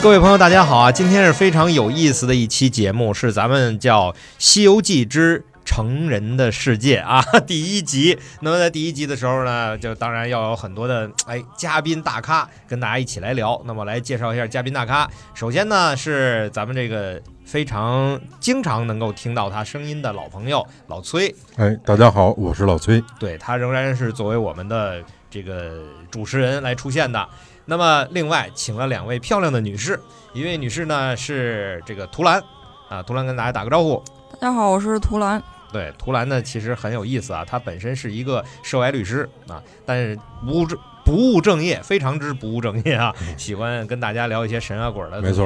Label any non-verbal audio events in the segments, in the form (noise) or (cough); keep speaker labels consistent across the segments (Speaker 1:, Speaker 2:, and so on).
Speaker 1: 各位朋友，大家好啊！今天是非常有意思的一期节目，是咱们叫《西游记之成人的世界》啊 (laughs) 第一集。那么在第一集的时候呢，就当然要有很多的哎嘉宾大咖跟大家一起来聊。那么来介绍一下嘉宾大咖，首先呢是咱们这个非常经常能够听到他声音的老朋友老崔，
Speaker 2: 哎，大家好，我是老崔。
Speaker 1: 对他仍然是作为我们的这个主持人来出现的。那么，另外请了两位漂亮的女士，一位女士呢是这个图兰，啊，图兰跟大家打个招呼。
Speaker 3: 大家好，我是图兰。
Speaker 1: 对，图兰呢其实很有意思啊，她本身是一个涉外律师啊，但是不务正不务正业，非常之不务正业啊，喜欢跟大家聊一些神啊鬼儿的。
Speaker 2: 嗯没错，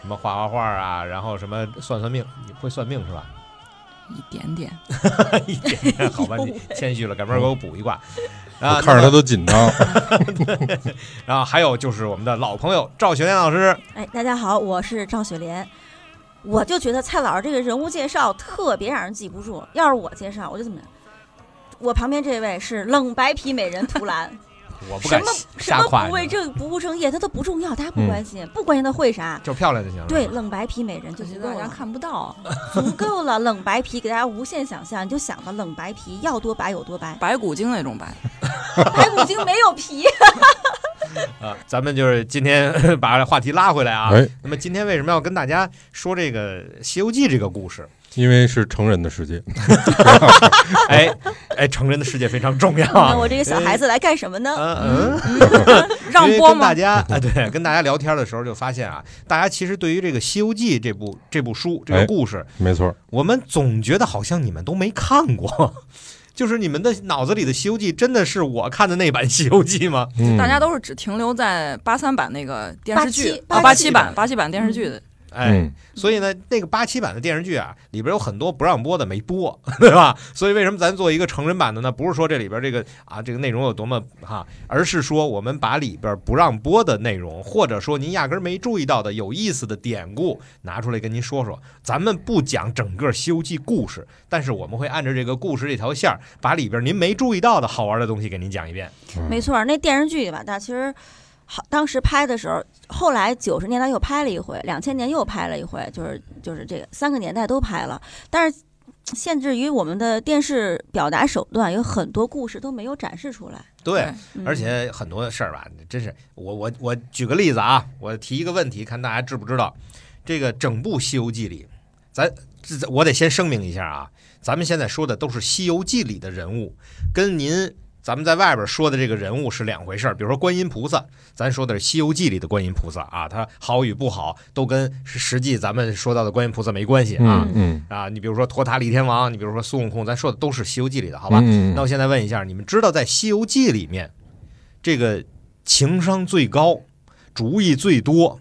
Speaker 1: 什么画画画啊，然后什么算算命，你会算命是吧？ (laughs)
Speaker 3: 一点点，
Speaker 1: 一点点好吧，你谦虚了，赶明儿给我补一卦。啊，
Speaker 2: 我看着他都紧张。
Speaker 1: 然后还有就是我们的老朋友赵雪莲老师，
Speaker 4: 哎，大家好，我是赵雪莲。我就觉得蔡老师这个人物介绍特别让人记不住，要是我介绍，我就怎么样？我旁边这位是冷白皮美人图兰，
Speaker 1: 我 (laughs) 不
Speaker 4: 什
Speaker 1: 敢
Speaker 4: 么什
Speaker 1: 瞎
Speaker 4: 么
Speaker 1: 夸嗯
Speaker 4: 不
Speaker 1: 你
Speaker 4: 为
Speaker 1: 们，
Speaker 4: 正不务正业，他都不重要，大家不关心，不关心他会啥。
Speaker 1: 就漂亮就行了。
Speaker 4: 对，冷白皮美人
Speaker 3: 可
Speaker 4: 就足
Speaker 3: 惜
Speaker 4: 够
Speaker 3: 大家
Speaker 4: 了，
Speaker 3: 看不到，，
Speaker 4: 足够了。冷白皮给大家无限想象，你就想吧，冷白皮要多白有多白
Speaker 1: (laughs)
Speaker 3: 白骨精那种白。
Speaker 4: 白骨精没有皮。
Speaker 1: 啊，咱们就是今天 (laughs) 把话题拉回来啊。
Speaker 2: 哎，
Speaker 1: 那么今天为什么要跟大家说这个《西游记》这个故事？
Speaker 2: 因为是成人的世界，
Speaker 1: 哎哎，成人的世界非常重要啊
Speaker 4: 啊 (laughs) 那。我这个小孩子来干什么呢？
Speaker 1: 嗯嗯，
Speaker 3: 让
Speaker 1: 因为
Speaker 3: 播
Speaker 1: 跟大
Speaker 3: 吗？
Speaker 1: 家啊，对，跟大家聊天的时候就发现啊，大家其实对于这个《西游记》这部这部书这个
Speaker 2: 哎
Speaker 1: 故事，
Speaker 2: 没错。
Speaker 1: 我们总觉得好像你们都没看过。 (laughs) 就是你们的脑子里的《西游记》真的是我看的那版《西游记》吗？
Speaker 2: 嗯，
Speaker 3: 大家都是只停留在八三版那个电视剧
Speaker 4: 八
Speaker 3: 啊，
Speaker 4: 七
Speaker 3: 八
Speaker 4: 八
Speaker 3: 七
Speaker 4: 七
Speaker 3: 版八七版电视剧的，
Speaker 1: 哎，
Speaker 2: 嗯，
Speaker 1: 所以呢，那个八七版的电视剧啊，里边有很多不让播的没播， (laughs) 对吧？所以为什么咱做一个成人版的呢？不是说这里边这个啊这个内容有多么哈、而是说我们把里边不让播的内容，或者说您压根儿没注意到的有意思的典故拿出来跟您说说。咱们不讲整个《西游记》故事，但是我们会按照这个故事这条线儿，把里边您没注意到的好玩的东西给您讲一遍。
Speaker 2: 嗯
Speaker 4: 没。错儿，那电视剧吧，但其实好，当时拍的时候，后来九十年代又拍了一回，两千年又拍了一回，就是就是这个三个年代都拍了，但是。限制于我们的电视表达手段，有很多故事都没有展示出来。
Speaker 1: 对，
Speaker 3: 对
Speaker 4: 嗯
Speaker 1: 而且很多事儿吧，真是我我我举个例子啊，我提一个问题，看大家知不知道，这个整部《西游记》里，咱这这我得先声明一下啊，咱们现在说的都是《西游记》里的人物，跟您咱们在外边说的这个人物是两回事儿。比如说观音菩萨，咱说的是《西游记》里的观音菩萨啊，他好与不好都跟实实际咱们说到的观音菩萨没关系啊、
Speaker 2: 嗯嗯，
Speaker 1: 啊！你比如说托塔李天王，你比如说孙悟空，咱说的都是《西游记》里的，好
Speaker 2: 好
Speaker 1: 吧？
Speaker 2: 嗯
Speaker 1: 那我现在问一下，你们知道在《西游记》里面，这个情商最高、主意最多、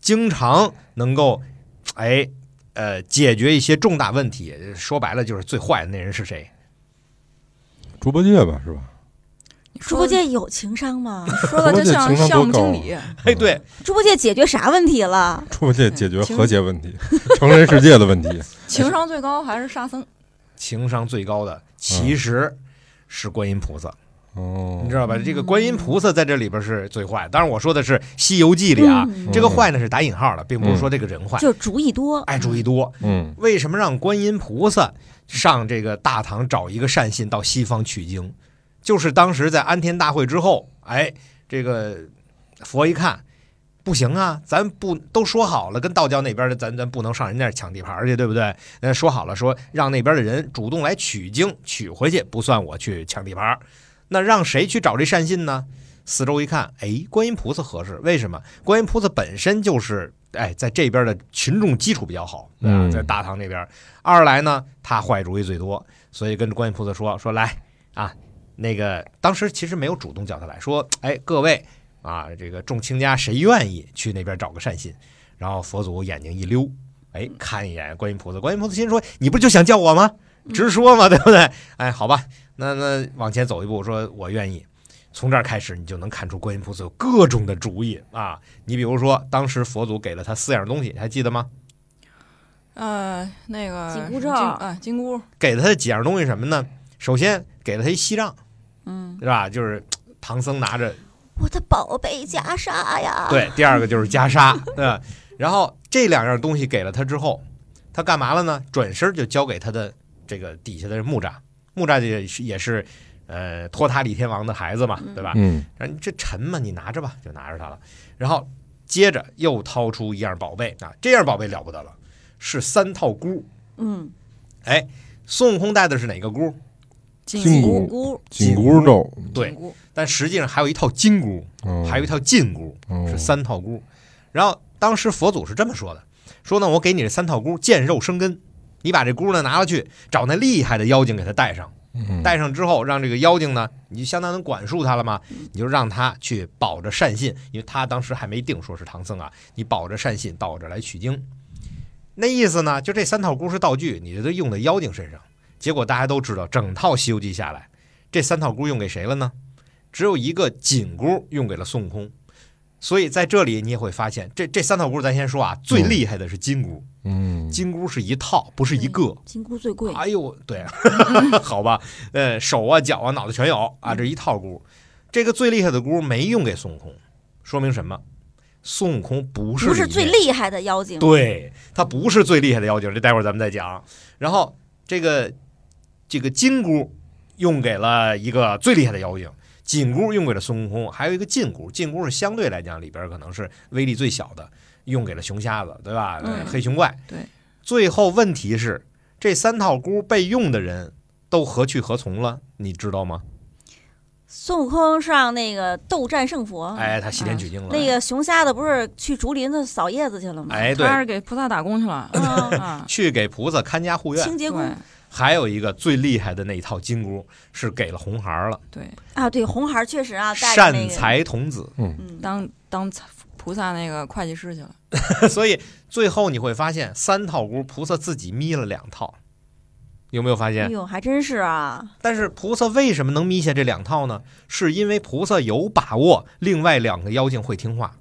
Speaker 1: 经常能够，哎，呃，解决一些重大问题，说白了就是最坏的那人是谁？
Speaker 2: 猪八戒吧，是吧？
Speaker 3: 你
Speaker 4: 猪
Speaker 3: 说
Speaker 4: 八
Speaker 3: 的
Speaker 4: 戒有情商吗？
Speaker 3: 说的真
Speaker 2: 猪
Speaker 3: 像
Speaker 2: 八戒情商多
Speaker 3: 项目
Speaker 1: (laughs)
Speaker 3: 经理，
Speaker 1: 哎，对，
Speaker 4: 猪八戒解决啥问题了？
Speaker 1: 嗯
Speaker 2: 猪八戒解决
Speaker 3: 情
Speaker 2: 和谐问题，成人世界的
Speaker 1: (laughs)
Speaker 2: 问题。
Speaker 3: 情商最高还是沙僧？
Speaker 1: 情商最高的其实是观音菩萨，
Speaker 2: 哦，
Speaker 1: 你知道吧？这个观音菩萨在这里边是最坏。当然，我说的是《西游记》里啊，
Speaker 4: 嗯
Speaker 1: 这个坏呢是打引号的，并 (laughs) 不是说这个人坏，
Speaker 4: 就主意多。
Speaker 1: 爱注意多。
Speaker 2: 嗯，
Speaker 1: 为什么让观音菩萨上这个大唐找一个善信到西方取经？就是当时在安天大会之后，哎，这个佛一看。不行啊，咱不都说好了，跟道教那边的咱咱不能上人家那儿抢地盘儿去，对不对？那说好了，说让那边的人主动来取经，取回去不算我去抢地盘儿。那让谁去找这善信呢？四周一看，哎，观音菩萨合适，为什么？观音菩萨本身就是哎，在这边的群众基础比较好，对吧？
Speaker 2: 嗯
Speaker 1: 在大唐这边，二来呢，他坏主意最多，所以跟观音菩萨说说来啊，那个当时其实没有主动叫他来说，哎，各位啊，这个众卿家谁愿意去那边找个善信？然后佛祖眼睛一溜，哎，看一眼观音菩萨，观音菩萨心说：“你不就想叫我吗？直说嘛，对 (laughs) 不对？”哎，好吧，那那往前走一步，说我愿意。从这儿开始，你就能看出观音菩萨有各种的主意啊！你比如说，当时佛祖给了他四样东西，还记得吗？
Speaker 3: 呃，那个
Speaker 4: 紧箍咒
Speaker 3: 啊， (laughs) 金箍，
Speaker 1: 给了他几样东西什么呢？首先给了他一锡杖，
Speaker 3: 嗯，
Speaker 1: 是吧？就是唐僧拿着
Speaker 4: 我的宝贝袈裟呀，，
Speaker 1: 对，第二个就是袈裟， (laughs) 对吧？然后这两样东西给了他之后，他干嘛了呢？转身就交给他的这个底下的木吒，木吒也是也是呃托塔李天王的孩子嘛，对吧？
Speaker 2: 嗯，
Speaker 1: 然后你这沉嘛，你拿着吧，就拿着它了。然后接着又掏出一样宝贝啊，这样宝贝了不得了，是三套箍。
Speaker 4: 嗯，
Speaker 1: 哎，孙悟空戴的是哪个箍？
Speaker 2: 金箍
Speaker 4: 紧箍，
Speaker 2: 紧箍咒，
Speaker 1: 对，
Speaker 3: 箍，
Speaker 1: 但实际上还有一套金箍，
Speaker 2: 哦
Speaker 1: 还有一套禁箍，
Speaker 2: 哦
Speaker 1: 是三套箍。然后当时佛祖是这么说的：说呢，我给你这三套箍，见肉生根。你把这箍呢拿了去，找那厉害的妖精给他戴上。
Speaker 2: 嗯
Speaker 1: 戴上之后，让这个妖精呢，你就相当能管束他了嘛，你就让他去保着善信，因为他当时还没定说是唐僧啊，你保着善信到我这儿来取经。那意思呢，就这三套箍是道具，你都用在妖精身上。结果大家都知道，整套《西游记》下来，这三套箍用给谁了呢？只有一个紧箍用给了孙悟空。所以在这里你也会发现，这这三套箍咱先说啊，最
Speaker 2: 嗯
Speaker 1: 厉害的是金箍，
Speaker 2: 嗯，
Speaker 1: 金箍是一套，不是一个。
Speaker 4: 金箍最贵，
Speaker 1: 哎呦，对， (laughs) 好吧，呃，手啊、脚啊、脑袋全有
Speaker 4: 嗯
Speaker 1: 啊，这一套箍。这个最厉害的箍没用给孙悟空，说明什么？孙悟空不是
Speaker 4: 不是
Speaker 1: 里
Speaker 4: 最
Speaker 1: 面
Speaker 4: 厉害的妖精，
Speaker 1: 对他不是最厉害的妖精，这待会儿咱们再讲。然后这个这个金箍用给了一个最厉害的妖精，紧箍用给了孙悟空，还有一个禁箍，禁箍是相对来讲里边可能是威力最小的，用给了熊瞎子，对吧？
Speaker 3: 嗯
Speaker 1: 黑熊怪。
Speaker 3: 对。
Speaker 1: 最后问题是，这三套箍被用的人都何去何从了？你知道吗？
Speaker 4: 孙悟空上那个斗战胜佛，
Speaker 1: 哎，他西天取经了。
Speaker 4: 哦啊那个熊瞎子不是去竹林子扫叶子去了吗？
Speaker 1: 哎，对，
Speaker 3: 他是给菩萨打工去了。
Speaker 4: 嗯，
Speaker 3: (laughs) 啊，
Speaker 1: 去给菩萨看家护院。
Speaker 4: 清洁
Speaker 3: 对
Speaker 4: 工
Speaker 1: 还有一个最厉害的那一套金箍是给了红孩儿了，
Speaker 3: 对，
Speaker 4: 啊，对，红孩儿确实啊，带着那
Speaker 1: 善
Speaker 4: 个，
Speaker 1: 财童子。 (laughs)
Speaker 4: 嗯，
Speaker 3: 当当菩萨那个会计师去了。
Speaker 1: 所以最后你会发现，三套箍菩萨自己眯了两套，有没有发
Speaker 4: 哎
Speaker 1: 现？
Speaker 4: 呦，还真是啊，
Speaker 1: 但是菩萨为什么能眯下这两套呢？是因为菩萨有把握，另外两个妖精会听话。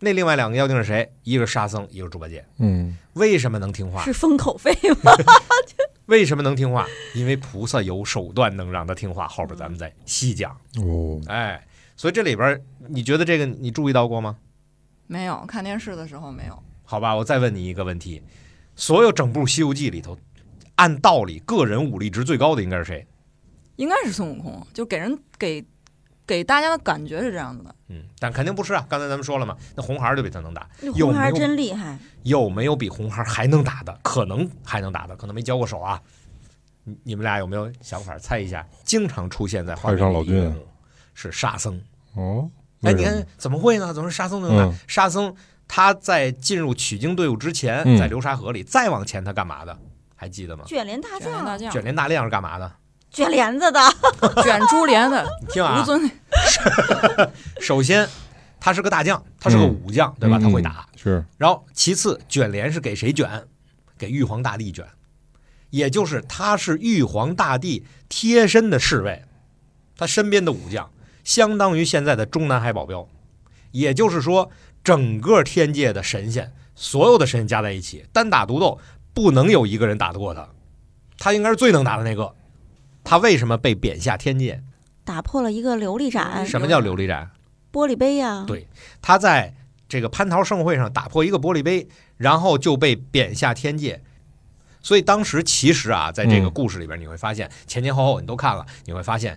Speaker 1: 那另外两个妖精是谁？一个是沙僧，一个是猪八戒。
Speaker 2: 嗯
Speaker 1: 为什么能听话？
Speaker 4: 是封口
Speaker 1: (laughs)
Speaker 4: 费吗？
Speaker 1: 为什么能听话？因为菩萨有手段能让他听话。后边咱们再细讲。
Speaker 2: 哦，
Speaker 1: 哎，所以这里边儿你觉得这个你注意到过吗？
Speaker 3: 没有看电视的时候没有，
Speaker 1: 好吧，我再问你一个问题：所有整部《西游记》里头，按道理个人武力值最高的应该是谁？
Speaker 3: 应该是孙悟空，就给人给给大家的感觉是这样子的。
Speaker 1: 嗯，但肯定不是啊。刚才咱们说了嘛，那红孩儿就比他能打，有
Speaker 4: 红孩
Speaker 1: 哎没
Speaker 4: 儿
Speaker 1: 有
Speaker 4: 真厉害，
Speaker 1: 有没有比红孩儿还能打的？可能还能打的，可能没交过手啊。你你们俩有没有想法？猜一下，经常出现在画面
Speaker 2: 太上
Speaker 1: 里
Speaker 2: 老君
Speaker 1: 的人物是沙僧。
Speaker 2: 哦，
Speaker 1: 哎，
Speaker 2: 为
Speaker 1: 你
Speaker 2: 什么
Speaker 1: 看怎么会呢？怎么是沙僧能打？
Speaker 2: 嗯
Speaker 1: 沙僧他在进入取经队伍之前，
Speaker 2: 嗯
Speaker 1: 在流沙河里，再往前他干嘛的？还记得吗？
Speaker 4: 卷帘大
Speaker 3: 卷帘大
Speaker 4: 将，
Speaker 3: 将
Speaker 1: 卷，帘大亮是干嘛的？
Speaker 4: 卷帘子的，
Speaker 3: 卷珠帘的
Speaker 1: 你听
Speaker 3: 吴
Speaker 1: (laughs) 啊，
Speaker 3: 尊，
Speaker 1: 首先他是个大将，他是个武将，对吧？他会打。
Speaker 2: 嗯是
Speaker 1: 然后其次，卷帘是给谁卷？给玉皇大帝卷，也就是他是玉皇大帝贴身的侍卫，他身边的武将相当于现在的中南海保镖，也就是说，整个天界的神仙，所有的神仙加在一起，单打独斗不能有一个人打得过他，他应该是最能打的那个。他为什么被贬下天界？
Speaker 4: 打破了一个琉璃盏、
Speaker 1: 什么叫琉璃盏？
Speaker 4: 玻璃杯呀，
Speaker 1: 对他在这个蟠桃盛会上打破一个玻璃杯，然后就被贬下天界。所以当时其实啊，在这个
Speaker 2: 嗯
Speaker 1: 故事里边，你会发现前前后后你都看了，你会发现，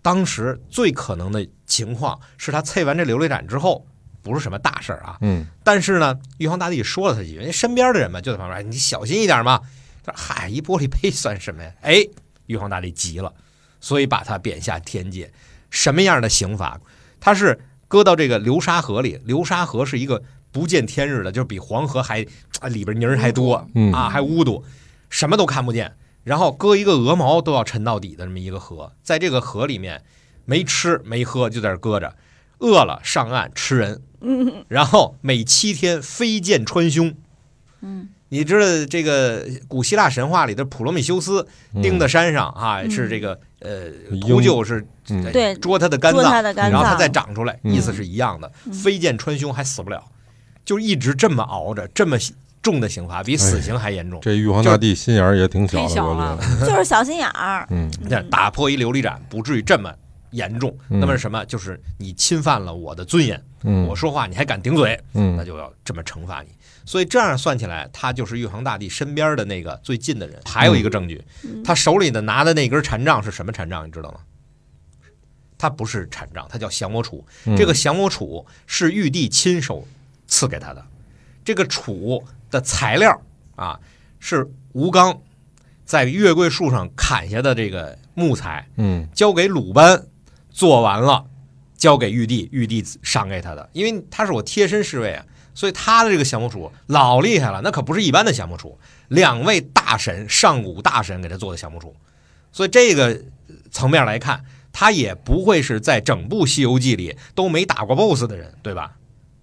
Speaker 1: 当时最可能的情况是他啐完这琉璃盏之后，不是什么大事儿啊。
Speaker 2: 嗯
Speaker 1: 但是呢，玉皇大帝说了他几句，人家身边的人嘛就在旁边，哎你小心一点嘛。他说：“嗨，一玻璃杯算什么呀？”哎，玉皇大帝急了，所以把他贬下天界。什么样的刑罚？他是搁到这个流沙河里，流沙河是一个不见天日的，就是比黄河还啊里边泥儿还多
Speaker 2: 嗯
Speaker 1: 啊，还污堵，什么都看不见。然后搁一个鹅毛都要沉到底的这么一个河，在这个河里面没吃没喝就在这儿搁着，饿了上岸吃人，
Speaker 4: 嗯，
Speaker 1: 然后每七天飞剑穿胸。
Speaker 4: 嗯，
Speaker 1: 你知道这个古希腊神话里的普罗米修斯
Speaker 2: 嗯
Speaker 1: 钉在山上啊，
Speaker 4: 嗯
Speaker 1: 是这个呃
Speaker 2: 鹰
Speaker 1: 秃鹫是
Speaker 2: 嗯
Speaker 1: 哎
Speaker 4: 对
Speaker 1: 捉他的肝
Speaker 4: 捉
Speaker 1: 脏，
Speaker 4: 他的肝
Speaker 1: 然后他
Speaker 4: 脏
Speaker 1: 再长出来，
Speaker 2: 嗯
Speaker 1: 意思是一样的。
Speaker 4: 嗯
Speaker 1: 飞剑穿胸还死不了，就一直这么熬着，这么重的刑罚比
Speaker 2: 哎
Speaker 1: 死刑还严重。
Speaker 2: 这玉皇大帝心眼儿也挺小的，
Speaker 3: (laughs) 忒小
Speaker 2: 我
Speaker 3: 了
Speaker 2: 觉得，
Speaker 4: 就是小心眼儿，
Speaker 2: 嗯
Speaker 1: 那打破一琉璃盏不至于这么严重。
Speaker 2: 嗯
Speaker 1: 那么是什么？就是你侵犯了我的尊严，
Speaker 2: 嗯，
Speaker 1: 我说话你还敢顶嘴，那
Speaker 2: 嗯
Speaker 1: 就要这么惩罚你。所以这样算起来，他就是玉皇大帝身边的那个最近的人。还有一个证据，
Speaker 4: 嗯
Speaker 1: 他手里的拿的那根禅杖是什么禅杖？你知道吗？它不是禅杖，它叫降魔杵。
Speaker 2: 嗯
Speaker 1: 这个降魔杵是玉帝亲手赐给他的，这个杵的材料啊是吴刚在月桂树上砍下的这个木材，
Speaker 2: 嗯
Speaker 1: 交给鲁班做完了，交给玉帝，玉帝赏给他的，因为他是我贴身侍卫啊，所以他的这个降魔杵老厉害了，那可不是一般的降魔杵，两位大神上古大神给他做的降魔杵，所以这个呃层面来看，他也不会是在整部《西游记》里都没打过 BOSS 的人，对吧？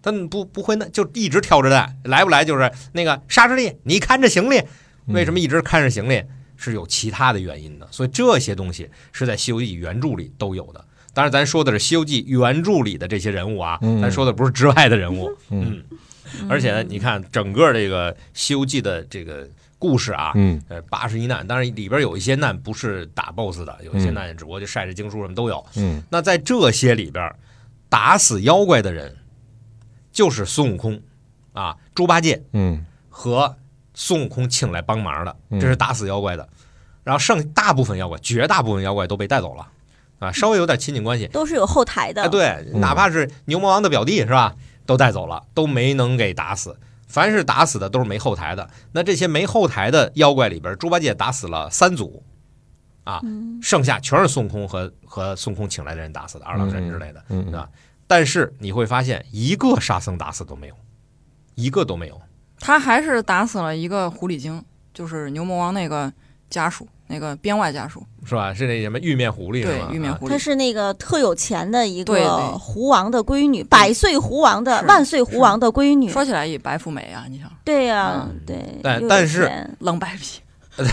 Speaker 1: 他不不会那就一直挑着担，来不来就是那个沙师弟，你看着行李，为什么一直看着行李？是有其他的原因的，所以这些东西是在《西游记》原著里都有的。当然，咱说的是《西游记》原著里的这些人物啊，
Speaker 2: 嗯
Speaker 1: 咱说的不是之外的人物。
Speaker 2: 嗯
Speaker 1: 而且呢，你看整个这个《西游记》的这个故事啊，
Speaker 2: 嗯
Speaker 1: 呃，八十一难，当然里边有一些难不是打 BOSS 的，有一些
Speaker 2: 嗯
Speaker 1: 难只不过就晒着经书什么都有。
Speaker 2: 嗯
Speaker 1: 那在这些里边，打死妖怪的人就是孙悟空啊、猪八戒
Speaker 2: 嗯
Speaker 1: 和孙悟空请来帮忙的，
Speaker 2: 嗯
Speaker 1: 这是打死妖怪的。然后剩大部分妖怪，绝大部分妖怪都被带走了，啊，稍微有点亲戚关系，
Speaker 4: 都是有后台的。
Speaker 1: 哎，对，
Speaker 2: 嗯
Speaker 1: 哪怕是牛魔王的表弟是吧，都带走了，都没能给打死。凡是打死的都是没后台的。那这些没后台的妖怪里边，猪八戒打死了三组，啊，剩下全是孙悟空和和孙悟空请来的人打死的，二郎神之类的。
Speaker 2: 嗯
Speaker 1: 啊但是你会发现，一个沙僧打死都没有，一个都没有。
Speaker 3: 他还是打死了一个狐狸精，就是牛魔王那个家属，那个编外家属，
Speaker 1: 是吧？是那什么玉面狐狸是啊
Speaker 3: 对
Speaker 1: 吧？，
Speaker 3: 玉面狐
Speaker 4: 她
Speaker 3: 狸，
Speaker 4: 是那个特有钱的一
Speaker 3: 对
Speaker 4: 个
Speaker 3: 对
Speaker 4: 狐王的闺女，百岁狐王的
Speaker 3: 是
Speaker 4: 万岁狐王的闺女。
Speaker 3: 说起来也白富美啊，你想
Speaker 4: 对呀、
Speaker 1: 嗯
Speaker 4: 对。
Speaker 1: 但
Speaker 4: 又有
Speaker 1: 但是
Speaker 4: 钱啊
Speaker 3: 冷白皮，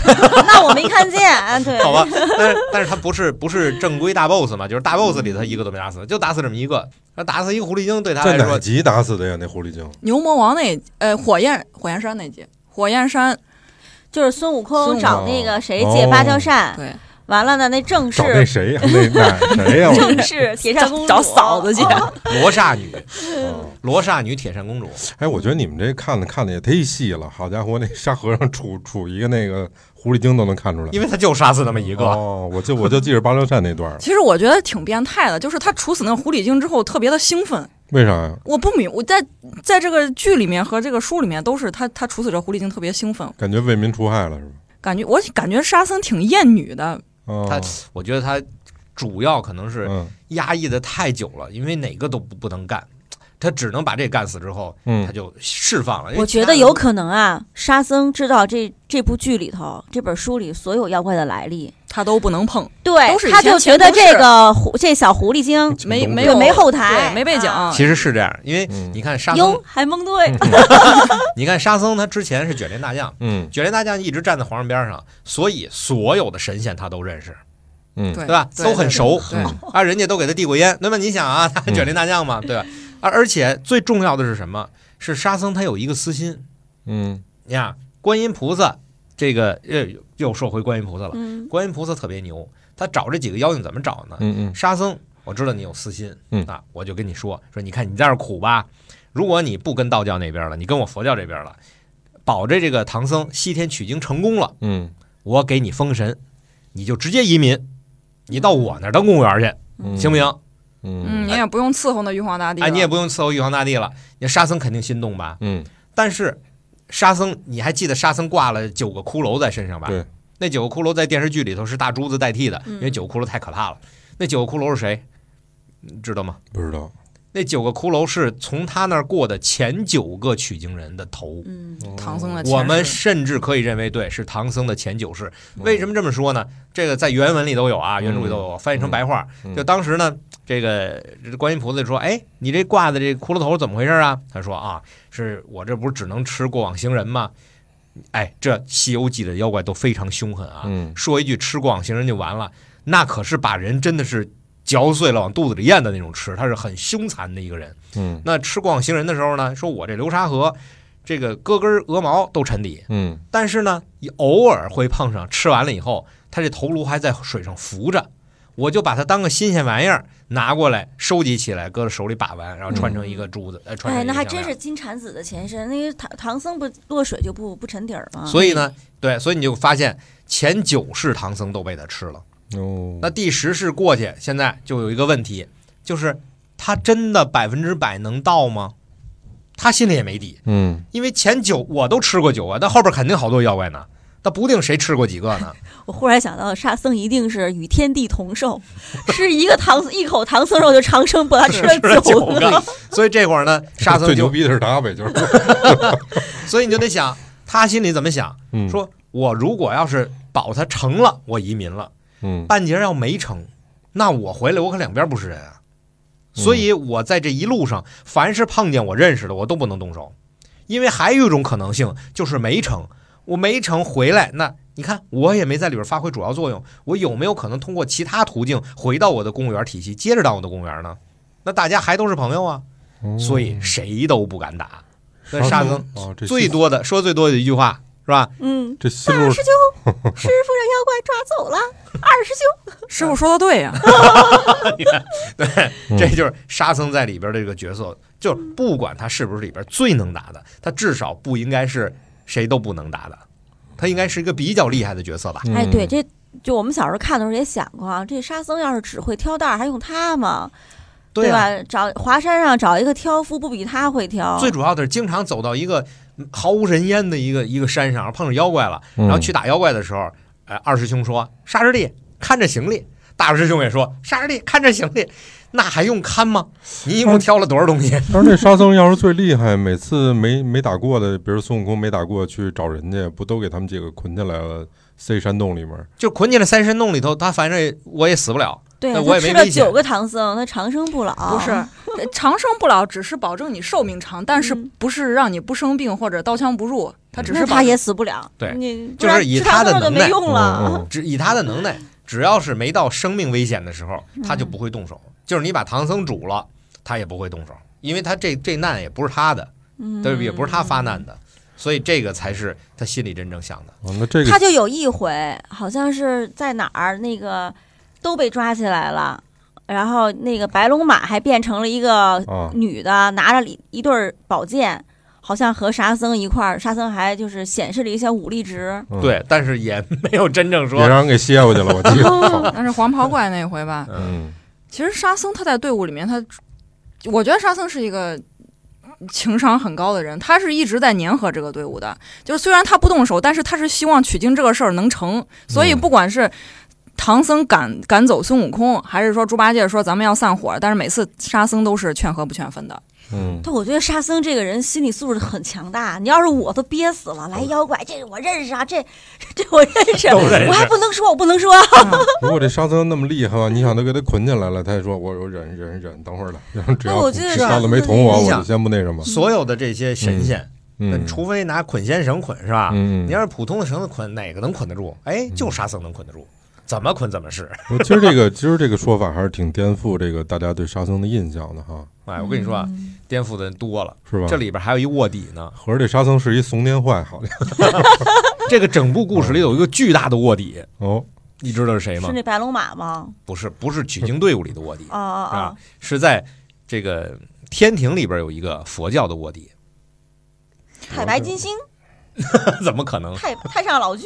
Speaker 4: 那我没
Speaker 1: (laughs)
Speaker 4: 看见，啊对，
Speaker 1: 好吧，但是但是他不是不是正规大 boss 嘛，就是大 boss 里头一个都没打死，就打死这么一个，那打死一个狐狸精对他
Speaker 2: 在
Speaker 1: 来
Speaker 2: 哪
Speaker 1: 说，
Speaker 2: 集打死的呀？那狐狸精？
Speaker 3: 牛魔王那呃火焰火焰山那集，火焰山
Speaker 4: 就是孙
Speaker 3: 孙悟
Speaker 4: 悟空
Speaker 3: 空
Speaker 4: 找那个谁借
Speaker 2: 哦
Speaker 4: 芭蕉扇，
Speaker 3: 对
Speaker 4: 完了呢，那正
Speaker 2: 找那
Speaker 4: 是
Speaker 2: 谁呀？那那谁呀？
Speaker 4: (laughs) 正是铁扇 (laughs) 公主
Speaker 3: 找找嫂子去，
Speaker 4: 哦
Speaker 1: 罗刹女，
Speaker 2: 哦
Speaker 1: 罗刹女铁扇公主，
Speaker 2: 哎，我觉得你们这看的看的也忒细了，好家伙，那沙和尚杵杵一个那个狐狸精都能看出来。
Speaker 1: 因为他就杀死那么一个，
Speaker 2: 哦，我就我就记着芭蕉扇那段了，
Speaker 3: (laughs) 其实我觉得挺变态的，就是他处死那个狐狸精之后特别的兴奋。
Speaker 2: 为啥呀？
Speaker 3: 我不明，我在在这个剧里面和这个书里面都是他，他处死这狐狸精特别兴奋，
Speaker 2: 感觉为民除害了是吧？
Speaker 3: 感觉我感觉沙僧挺厌女的，
Speaker 2: 哦
Speaker 1: 他我觉得他主要可能是
Speaker 2: 嗯
Speaker 1: 压抑的太久了，因为哪个都不不能干，他只能把这干死之后，他
Speaker 2: 嗯
Speaker 1: 就释放了。因为
Speaker 4: 我
Speaker 1: 其
Speaker 4: 觉
Speaker 1: 他
Speaker 4: 得
Speaker 1: 人
Speaker 4: 有可能啊，沙僧知道这这部剧里头、这本书里所有妖怪的来历，
Speaker 3: 他都不能碰，
Speaker 4: 对
Speaker 3: 都是，以
Speaker 4: 他
Speaker 3: 前
Speaker 4: 就
Speaker 3: 全
Speaker 4: 觉得
Speaker 3: 都
Speaker 4: 这
Speaker 3: 是
Speaker 4: 个狐这小狐狸精
Speaker 3: 没
Speaker 2: 东
Speaker 3: 没
Speaker 2: 西
Speaker 4: 就
Speaker 3: 有
Speaker 4: 没后台
Speaker 3: 对没被
Speaker 4: 啊
Speaker 3: 讲，
Speaker 1: 啊其实是这样，因为
Speaker 2: 嗯
Speaker 1: 你
Speaker 4: (laughs)
Speaker 1: 看沙僧
Speaker 4: 哟，，还蒙对，
Speaker 1: 嗯你看沙僧他之前是卷帘大将。
Speaker 2: 嗯
Speaker 1: 卷帘大将一直站在皇上边上，所以所有的神仙他都认识，
Speaker 2: 嗯，
Speaker 3: 对
Speaker 1: 对吧都很熟
Speaker 3: 对，
Speaker 2: 嗯
Speaker 1: 啊，人家都给他递过烟。那么你想啊，他
Speaker 2: 嗯
Speaker 1: 卷帘大将嘛，对吧？而而且最重要的是什么？是沙僧他有一个私心
Speaker 2: 嗯
Speaker 1: 你看观音菩萨这个又又说回观音菩萨了。
Speaker 4: 嗯，
Speaker 1: 观音菩萨特别牛，他找这几个妖精怎么找呢？
Speaker 2: 嗯嗯
Speaker 1: 沙僧，我知道你有私心，
Speaker 2: 嗯
Speaker 1: 啊，我就跟你说说，你看你在这儿苦吧，如果你不跟道教那边了，你跟我佛教这边了，保着这个唐僧西天取经成功了。
Speaker 2: 嗯
Speaker 1: 我给你封神，你就直接移民，你到我那儿当公务员去，
Speaker 2: 嗯，
Speaker 1: 行不？行？
Speaker 2: 嗯
Speaker 3: 嗯，你也不用伺候那玉皇大帝了，
Speaker 1: 哎，你也不用伺候玉皇大帝了。你沙僧肯定心动吧？
Speaker 2: 嗯
Speaker 1: 但是沙僧，你还记得沙僧挂了九个骷髅在身上吧？
Speaker 2: 对，
Speaker 1: 那九个骷髅在电视剧里头是大珠子代替的，
Speaker 4: 嗯
Speaker 1: 因为九个骷髅太可怕了。那九个骷髅是谁？你知道吗？
Speaker 2: 不知道。
Speaker 1: 那九个骷髅是从他那儿过的前九个取经人的头。
Speaker 4: 嗯，
Speaker 3: 唐
Speaker 2: 啊
Speaker 3: 僧的前世
Speaker 1: 我们甚至可以认为，对，是唐僧的前九世。
Speaker 2: 嗯
Speaker 1: 为什么这么说呢？这个在原文里都有啊，原著里都有，翻译成白话。
Speaker 2: 嗯
Speaker 1: 就当时呢，这个这观音菩萨就说：“哎，你这挂的这骷髅头怎么回事啊？”他说：“啊，是我这不是只能吃过往行人吗？哎，这《西游记》的妖怪都非常凶狠啊，
Speaker 2: 嗯
Speaker 1: 说一句吃过往行人就完了，那可是把人真的是嚼碎了往肚子里咽的那种吃，他是很凶残的一个人。
Speaker 2: 嗯
Speaker 1: 那吃过往行人的时候呢，说我这流沙河。”这个胳根儿鹅毛都沉底，
Speaker 2: 嗯
Speaker 1: 但是呢，也偶尔会碰上吃完了以后，它这头颅还在水上浮着。我就把它当个新鲜玩意儿拿过来收集起来，搁到手里把玩，然后穿成一个珠子，呃，穿成
Speaker 4: 哎，
Speaker 1: 一
Speaker 4: 那
Speaker 1: 个
Speaker 4: 还
Speaker 1: 项
Speaker 4: 真
Speaker 1: 链
Speaker 4: 是金蝉子的前身。那个唐唐僧不落水就不不沉底儿吗？
Speaker 1: 所以呢，对，所以你就发现前九世唐僧都被他吃了。
Speaker 2: 哦，
Speaker 1: 那第十世过去，现在就有一个问题，就是他真的百分之百能到吗？他心里也没底，
Speaker 2: 嗯，
Speaker 1: 因为前九我都吃过九啊，但后边肯定好多妖怪呢，那不定谁吃过几个呢。
Speaker 4: 我忽然想到，沙僧一定是与天地同寿，吃一个唐僧一口唐僧肉就长生不老，他吃了
Speaker 1: 九
Speaker 4: 九个。
Speaker 1: 个，所以这会儿呢，沙僧
Speaker 2: 最牛
Speaker 1: 就，
Speaker 2: 逼的是他
Speaker 1: (laughs)
Speaker 2: 呗，就是
Speaker 1: 所以你就得想他心里怎么想，
Speaker 2: 嗯
Speaker 1: 说我如果要是保他成了，我移民了。
Speaker 2: 嗯
Speaker 1: 半截儿要没成，那我回来我可两边不是人啊。所以我在这一路上，凡是碰见我认识的，我都不能动手，因为还有一种可能性就是没成。我没成回来，那你看我也没在里边发挥主要作用，我有没有可能通过其他途径回到我的公务员体系，接着当我的公务员呢？那大家还都是朋友啊，所
Speaker 2: 嗯
Speaker 1: 以谁都不敢打。那沙僧
Speaker 2: 哦，这
Speaker 1: 最
Speaker 2: 新
Speaker 1: 多的说最多的一句话是吧？
Speaker 4: 嗯，
Speaker 2: 这新
Speaker 4: 大
Speaker 2: 路
Speaker 4: 师兄，师傅让妖怪抓走了。二师兄，
Speaker 3: 师傅说的对呀、
Speaker 2: 嗯
Speaker 1: 这就是沙僧在里边的这个角色，就是不管他是不是里边最能打的，他至少不应该是谁都不能打的，他应该是一个比较厉害的角色吧？
Speaker 4: 哎，对，这就我们小时候看的时候也想过啊，这沙僧要是只会挑担儿，还用他吗？对
Speaker 1: 啊，
Speaker 4: 吧？找华山上找一个挑夫，不比他会挑。
Speaker 1: 最主要的是经常走到一个毫无人烟的一个一个山上，碰上妖怪了，
Speaker 2: 嗯
Speaker 1: 然后去打妖怪的时候，哎，二师兄说：“沙师弟，看着行李。”大师兄也说：“沙师弟，看着行李。”那还用看吗？你一共挑了多少东西？ (laughs)
Speaker 2: 但是那沙僧要是最厉害，每次没没打过的，比如孙悟空没打过，去找人家，不都给他们几个捆起来了，塞山洞里面？
Speaker 1: 就捆起来三山洞里头，他反正我也死不了。
Speaker 4: 对，
Speaker 1: 那我
Speaker 4: 他
Speaker 1: 也没
Speaker 4: 吃了
Speaker 1: 危险
Speaker 4: 九个唐僧，他长生不老。
Speaker 3: 不是，呃长生不老，只是保证你寿命长，但是
Speaker 4: 嗯
Speaker 3: 不是让你不生病或者刀枪不入，他只
Speaker 4: 那
Speaker 3: 是
Speaker 4: 他
Speaker 3: 保
Speaker 4: 也死不了。
Speaker 1: 对
Speaker 4: 你不
Speaker 1: 就是
Speaker 4: 然
Speaker 1: 以
Speaker 4: 吃
Speaker 1: 他
Speaker 4: 唐
Speaker 1: 的
Speaker 4: 僧肉就
Speaker 1: 能
Speaker 4: 没
Speaker 1: 耐嗯
Speaker 4: 用了。
Speaker 2: 嗯
Speaker 1: 只以他的能耐，只要是没到生命危险的时候，他就不会动手。就是你把唐僧煮了，他也不会动手，因为他这这难也不是他的，
Speaker 4: 嗯，
Speaker 1: 对吧？也不是他发难的，所以这个才是他心里真正想的。
Speaker 2: 哦，那这个
Speaker 4: 他就有一回，好像是在哪儿那个都被抓起来了，然后那个白龙马还变成了一个
Speaker 2: 啊，
Speaker 4: 女的，拿着一一对儿宝剑，好像和沙僧一块儿，沙僧还就是显示了一些武力值。
Speaker 2: 嗯
Speaker 1: 对，但是也 (laughs) 没有真正
Speaker 2: 也
Speaker 1: 说，
Speaker 2: 让人给歇过去了，我记得。
Speaker 3: 但是黄袍怪那回吧，
Speaker 1: 嗯，
Speaker 2: 嗯
Speaker 3: 其实沙僧他在队伍里面，他我觉得沙僧是一个情商很高的人，他是一直在粘合这个队伍的。就是虽然他不动手，但是他是希望取经这个事儿能成，所以
Speaker 2: 嗯
Speaker 3: 不管是。唐僧赶赶走孙悟空，还是说猪八戒说咱们要散伙？但是每次沙僧都是劝和不劝分的。
Speaker 2: 嗯，
Speaker 4: 但我觉得沙僧这个人心理素质很强大，你要是我都憋死了，来妖怪，这我认识啊，这 (laughs) 这我认识，
Speaker 1: 都认识
Speaker 4: 我还不能说，我不能说，
Speaker 3: 嗯
Speaker 2: 如果这沙僧那么厉害，你想他给他捆起来了，他还说我我忍忍忍，等会儿了，然后只
Speaker 4: 那
Speaker 2: 要
Speaker 4: 哦我记得
Speaker 2: 只要子没捅我，
Speaker 1: 你
Speaker 2: 我
Speaker 1: 想
Speaker 2: 就先不那什么。
Speaker 1: 所有的这些神仙，那
Speaker 2: 嗯，
Speaker 1: 除非拿捆仙绳捆是吧？
Speaker 2: 嗯，
Speaker 1: 你要是普通的绳子捆，哪个能捆得住？哎，就沙僧能捆得住，怎么捆怎么是。 (laughs)
Speaker 2: 我今儿这个今儿这个说法还是挺颠覆这个大家对沙僧的印象的哈，
Speaker 1: 哎，我跟你说啊，颠覆的人多了，
Speaker 2: 是吧？
Speaker 1: 这里边还有一卧底呢。
Speaker 2: 合着这沙僧是一怂年坏，好像
Speaker 1: 这个整部故事里有一个巨大的卧底，
Speaker 2: 哦，
Speaker 1: 你知道是谁吗
Speaker 4: 是？那白龙马吗？
Speaker 1: 不是，不是取经队伍里的卧底，
Speaker 4: 哦哦
Speaker 1: 啊
Speaker 4: 哦，
Speaker 1: 是在这个天庭里边有一个佛教的卧底， (laughs)
Speaker 4: 太白金星，
Speaker 1: 怎么可能？
Speaker 4: 太太上老君，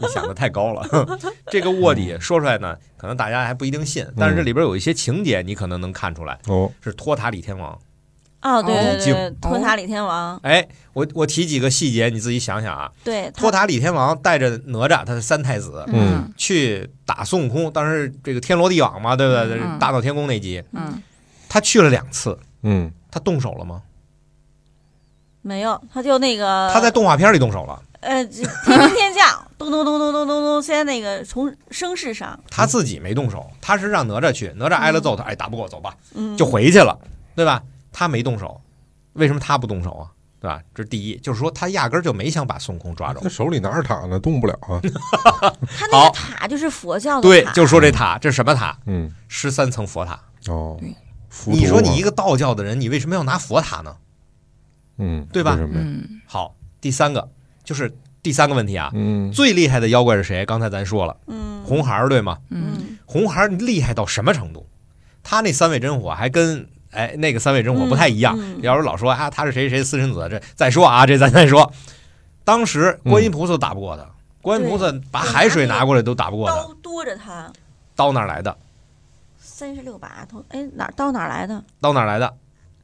Speaker 1: 你想的太高了。 (laughs) 这个卧底说出来呢，可能大家还不一定信，但是这里边有一些情节，你可能能看出来
Speaker 2: 哦，
Speaker 1: 是托塔李天王。
Speaker 4: 哦，对对
Speaker 1: 李
Speaker 4: 对对
Speaker 1: 靖，
Speaker 4: 托塔李天王，
Speaker 1: 哎，我我提几个细节，你自己想想啊。
Speaker 4: 对，他
Speaker 1: 托塔李天王带着哪吒，他的三太子。
Speaker 2: 嗯
Speaker 1: 去打孙悟空，当时这个天罗地网嘛，对不对？
Speaker 3: 嗯
Speaker 1: 大闹天宫那集，
Speaker 3: 嗯，
Speaker 1: 他去了两次，
Speaker 2: 嗯，
Speaker 1: 他动手了吗？
Speaker 4: 没有，他就那个
Speaker 1: 他在动画片里动手了，
Speaker 4: 呃这天兵天将，咚咚咚咚咚咚咚，先那个从声势上，
Speaker 2: 嗯
Speaker 1: 他自己没动手，他是让哪吒去，哪吒挨了揍，他哎打不过走吧，
Speaker 4: 嗯，
Speaker 1: 就回去了，对吧？他没动手，为什么他不动手啊？对吧？这是第一，就是说他压根儿就没想把孙悟空抓
Speaker 2: 他
Speaker 1: 着
Speaker 2: 他。 (laughs) 手里拿着塔呢，动不了啊，
Speaker 4: 他那
Speaker 1: 好
Speaker 4: 个塔就是佛教的
Speaker 1: 对，
Speaker 4: 塔
Speaker 1: 就说这塔，这是什么塔？
Speaker 2: 嗯，
Speaker 1: 十三层佛塔。
Speaker 2: 哦
Speaker 3: 对，
Speaker 2: 浮
Speaker 1: 你
Speaker 2: 屠
Speaker 1: 说
Speaker 2: 啊
Speaker 1: 你一，个道教的人，你为什么要拿佛塔呢？
Speaker 2: 嗯，
Speaker 1: 对吧
Speaker 2: 为什么呀
Speaker 3: 嗯，
Speaker 1: 好，第三个就是第三个问题啊，
Speaker 2: 嗯，
Speaker 1: 最厉害的妖怪是谁？刚才咱说了，
Speaker 4: 嗯
Speaker 1: 红孩儿对吗？
Speaker 3: 嗯，
Speaker 4: 嗯，
Speaker 1: 红孩儿厉害到什么程度？他那三味真火还跟哎那个三味真火不太一样。
Speaker 4: 嗯嗯
Speaker 1: 要是老说啊他是谁谁私生子，这再说啊这咱再说。当时观音菩萨都打不过他，观音菩萨把海水拿过来都打不过他，
Speaker 4: 刀多着他，
Speaker 1: 刀哪儿来的？
Speaker 4: 三十六把头，哎，哪儿刀哪儿来的？
Speaker 1: 刀哪儿来的？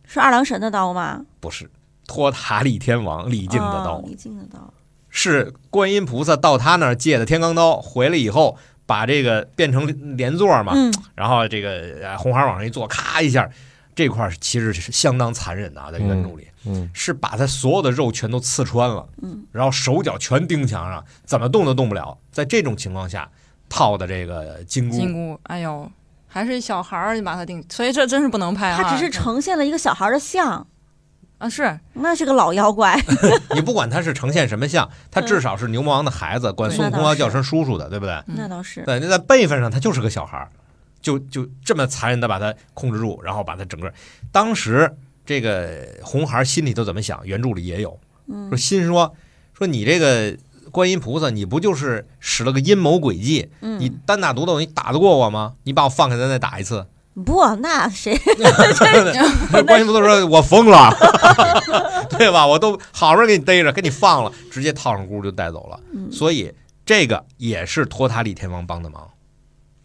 Speaker 4: 是二郎神的刀吗？
Speaker 1: 不是托塔李天王李靖的刀
Speaker 4: 哦，李靖的刀，
Speaker 1: 是观音菩萨到他那儿借的天罡刀，回来以后把这个变成连座嘛，
Speaker 4: 嗯，
Speaker 1: 然后这个呃红孩儿往上一坐，咔一下，这块儿其实是相当残忍的啊，在原著里、
Speaker 2: 嗯
Speaker 1: 是把他所有的肉全都刺穿了，
Speaker 4: 嗯，
Speaker 1: 然后手脚全钉墙上，怎么动都动不了。在这种情况下套的这个金箍，
Speaker 3: 金箍，哎呦，还是一小孩儿就把他定，所以这真是不能拍啊。
Speaker 4: 他只是呈现了一个小孩的像，
Speaker 3: 啊，是
Speaker 4: 那是个老妖怪，
Speaker 1: 你不管他是呈现什么像，他至少是牛魔王的孩子，管
Speaker 3: 对
Speaker 1: 孙悟空
Speaker 4: 那倒
Speaker 1: 要
Speaker 4: 是
Speaker 1: 叫声叔叔的，对不对？
Speaker 3: 嗯
Speaker 4: 那倒是。
Speaker 1: 对，那在辈分上他就是个小孩儿，就就这么残忍的把他控制住，然后把他整个。当时这个红孩儿心里都怎么想？原著里也有
Speaker 4: 嗯
Speaker 1: 说，心说说你这个观音菩萨，你不就是使了个阴谋诡计？
Speaker 4: 嗯
Speaker 1: 你单打独斗，你打得过我吗？你把我放开，咱再打一次。
Speaker 4: 不，
Speaker 1: (laughs)
Speaker 4: 那谁
Speaker 1: 观音菩萨说：“我疯了， (laughs) 对吧？我都好不容易给你逮着，给你放了，直接套上箍就带走了。
Speaker 4: 嗯
Speaker 1: 所以这个也是托塔李天王帮的忙，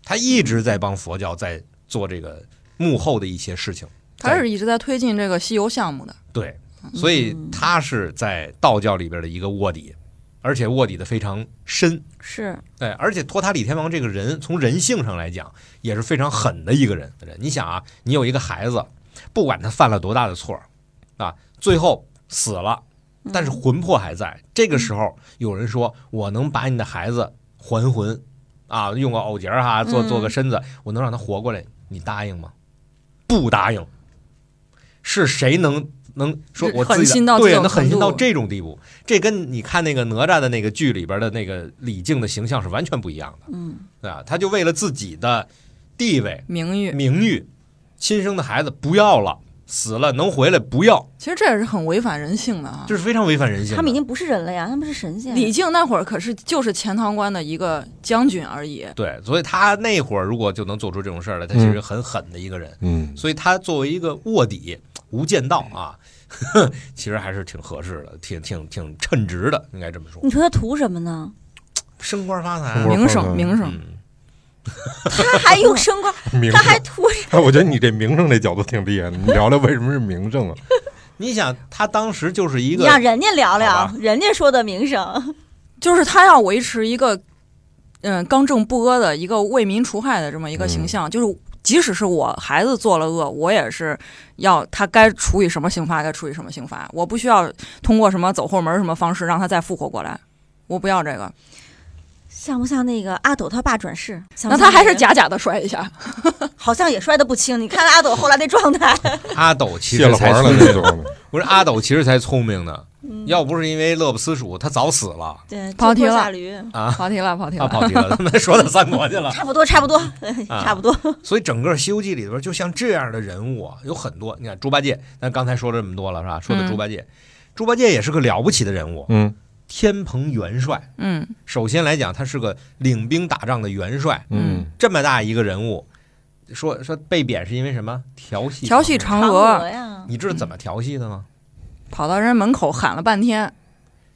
Speaker 1: 他一直在帮佛教在做这个幕后的一些事情。
Speaker 3: 他是一直在推进这个西游项目的。
Speaker 1: 对，所以他是在道教里边的一个卧底，而且卧底的非常深。
Speaker 4: 是
Speaker 1: 对，而且托塔李天王这个人，从人性上来讲也是非常狠的一个人。你想啊，你有一个孩子，不管他犯了多大的错儿，啊，最后死了，但是魂魄还在。这个时候，有人说我能把你的孩子还魂，啊，用个藕节儿哈，做做个身子，我能让他活过来，你答应吗？不答应。是谁能能说我自己
Speaker 3: 狠心
Speaker 1: 的
Speaker 3: 到
Speaker 1: 对呀，
Speaker 3: 这种
Speaker 1: 能狠
Speaker 3: 程
Speaker 1: 心到
Speaker 3: 度
Speaker 1: 这种地步？这跟你看那个哪吒的那个剧里边的那个李靖的形象是完全不一样的，
Speaker 4: 嗯，
Speaker 1: 对吧？他就为了自己的地位、
Speaker 3: 名誉，
Speaker 1: 名誉，亲生的孩子不要了，死了能回来不要，
Speaker 3: 其实这也是很违反人性的啊
Speaker 1: 这。是非常违反人性的。
Speaker 4: 他们已经不是人了呀，他们是神仙。
Speaker 3: 李靖那会儿可是就是钱塘关的一个将军而已，
Speaker 1: 对，所以他那会儿如果就能做出这种事儿来，他其实很狠的一个人。
Speaker 2: 嗯，
Speaker 1: 所以他作为一个卧底，无间道啊， (laughs) 其实还是挺合适的，挺挺挺称职的，应该这么说
Speaker 4: 你。说他图什么呢？
Speaker 1: 升官发财
Speaker 2: 升
Speaker 1: 啊，
Speaker 2: 官
Speaker 3: 名
Speaker 2: 嗯
Speaker 3: 声名声。
Speaker 1: 嗯 (laughs)
Speaker 4: 他还用升官，
Speaker 2: 名
Speaker 4: 他
Speaker 2: 声
Speaker 4: 还图
Speaker 2: (laughs) 哎，我觉得你这名声这角度挺厉害的，你聊聊为什么是名声啊？
Speaker 1: 你想，他当时就是一
Speaker 4: 你
Speaker 1: 个
Speaker 4: 让人家聊
Speaker 1: 好
Speaker 4: 聊
Speaker 1: 吧，
Speaker 4: 人家说的名声。
Speaker 3: 就是他要维持一个嗯刚正不阿的一个为民除害的这么一个
Speaker 1: 嗯
Speaker 3: 形象，就是即使是我孩子做了恶，我也是要他该处以什么刑罚该处以什么刑罚，我不需要通过什么走后门什么方式让他再复活过来。我不要这个，
Speaker 4: 像不像那个阿斗他爸转世？像不
Speaker 3: 那
Speaker 4: 像
Speaker 3: 他还是
Speaker 4: 人，
Speaker 3: 假假的摔一下，
Speaker 4: 好像也摔得不轻。你看阿斗后来那状态，
Speaker 1: 阿斗，其
Speaker 2: 卸
Speaker 1: 实
Speaker 2: 了
Speaker 1: 才
Speaker 2: 环
Speaker 1: 聪
Speaker 2: 了
Speaker 1: 明
Speaker 2: 那种。
Speaker 1: 不是阿斗，其实才聪明呢。
Speaker 4: 嗯
Speaker 1: 要不是因为乐不思蜀，他早死了
Speaker 4: 对，
Speaker 3: 跑题
Speaker 4: 就坡
Speaker 3: 了
Speaker 4: 下驴，
Speaker 3: (laughs) 跑题了，跑题
Speaker 1: 啊！
Speaker 3: 了。
Speaker 1: 跑题
Speaker 4: (laughs)
Speaker 1: 了，他们说到三国去了。
Speaker 4: 差不多，差不多， (laughs) 差不多。
Speaker 1: 所以整个《西游记》里边，就像这样的人物啊有很多。你看猪八戒，咱刚才说了这么多了，是吧？说的猪八
Speaker 4: 嗯
Speaker 1: 戒，猪八戒也是个了不起的人物，
Speaker 2: 嗯
Speaker 1: 天蓬元帅。
Speaker 3: 嗯，
Speaker 1: 首先来讲，他是个领兵打仗的元帅，
Speaker 2: 嗯，
Speaker 1: 这么大一个人物，说说被贬是因为什么？调戏
Speaker 3: 调戏嫦
Speaker 4: 嫦
Speaker 3: 娥，
Speaker 4: 呀，
Speaker 1: 你知道怎么调戏的吗？
Speaker 3: 跑到人门口喊了
Speaker 1: (laughs)
Speaker 3: 半天，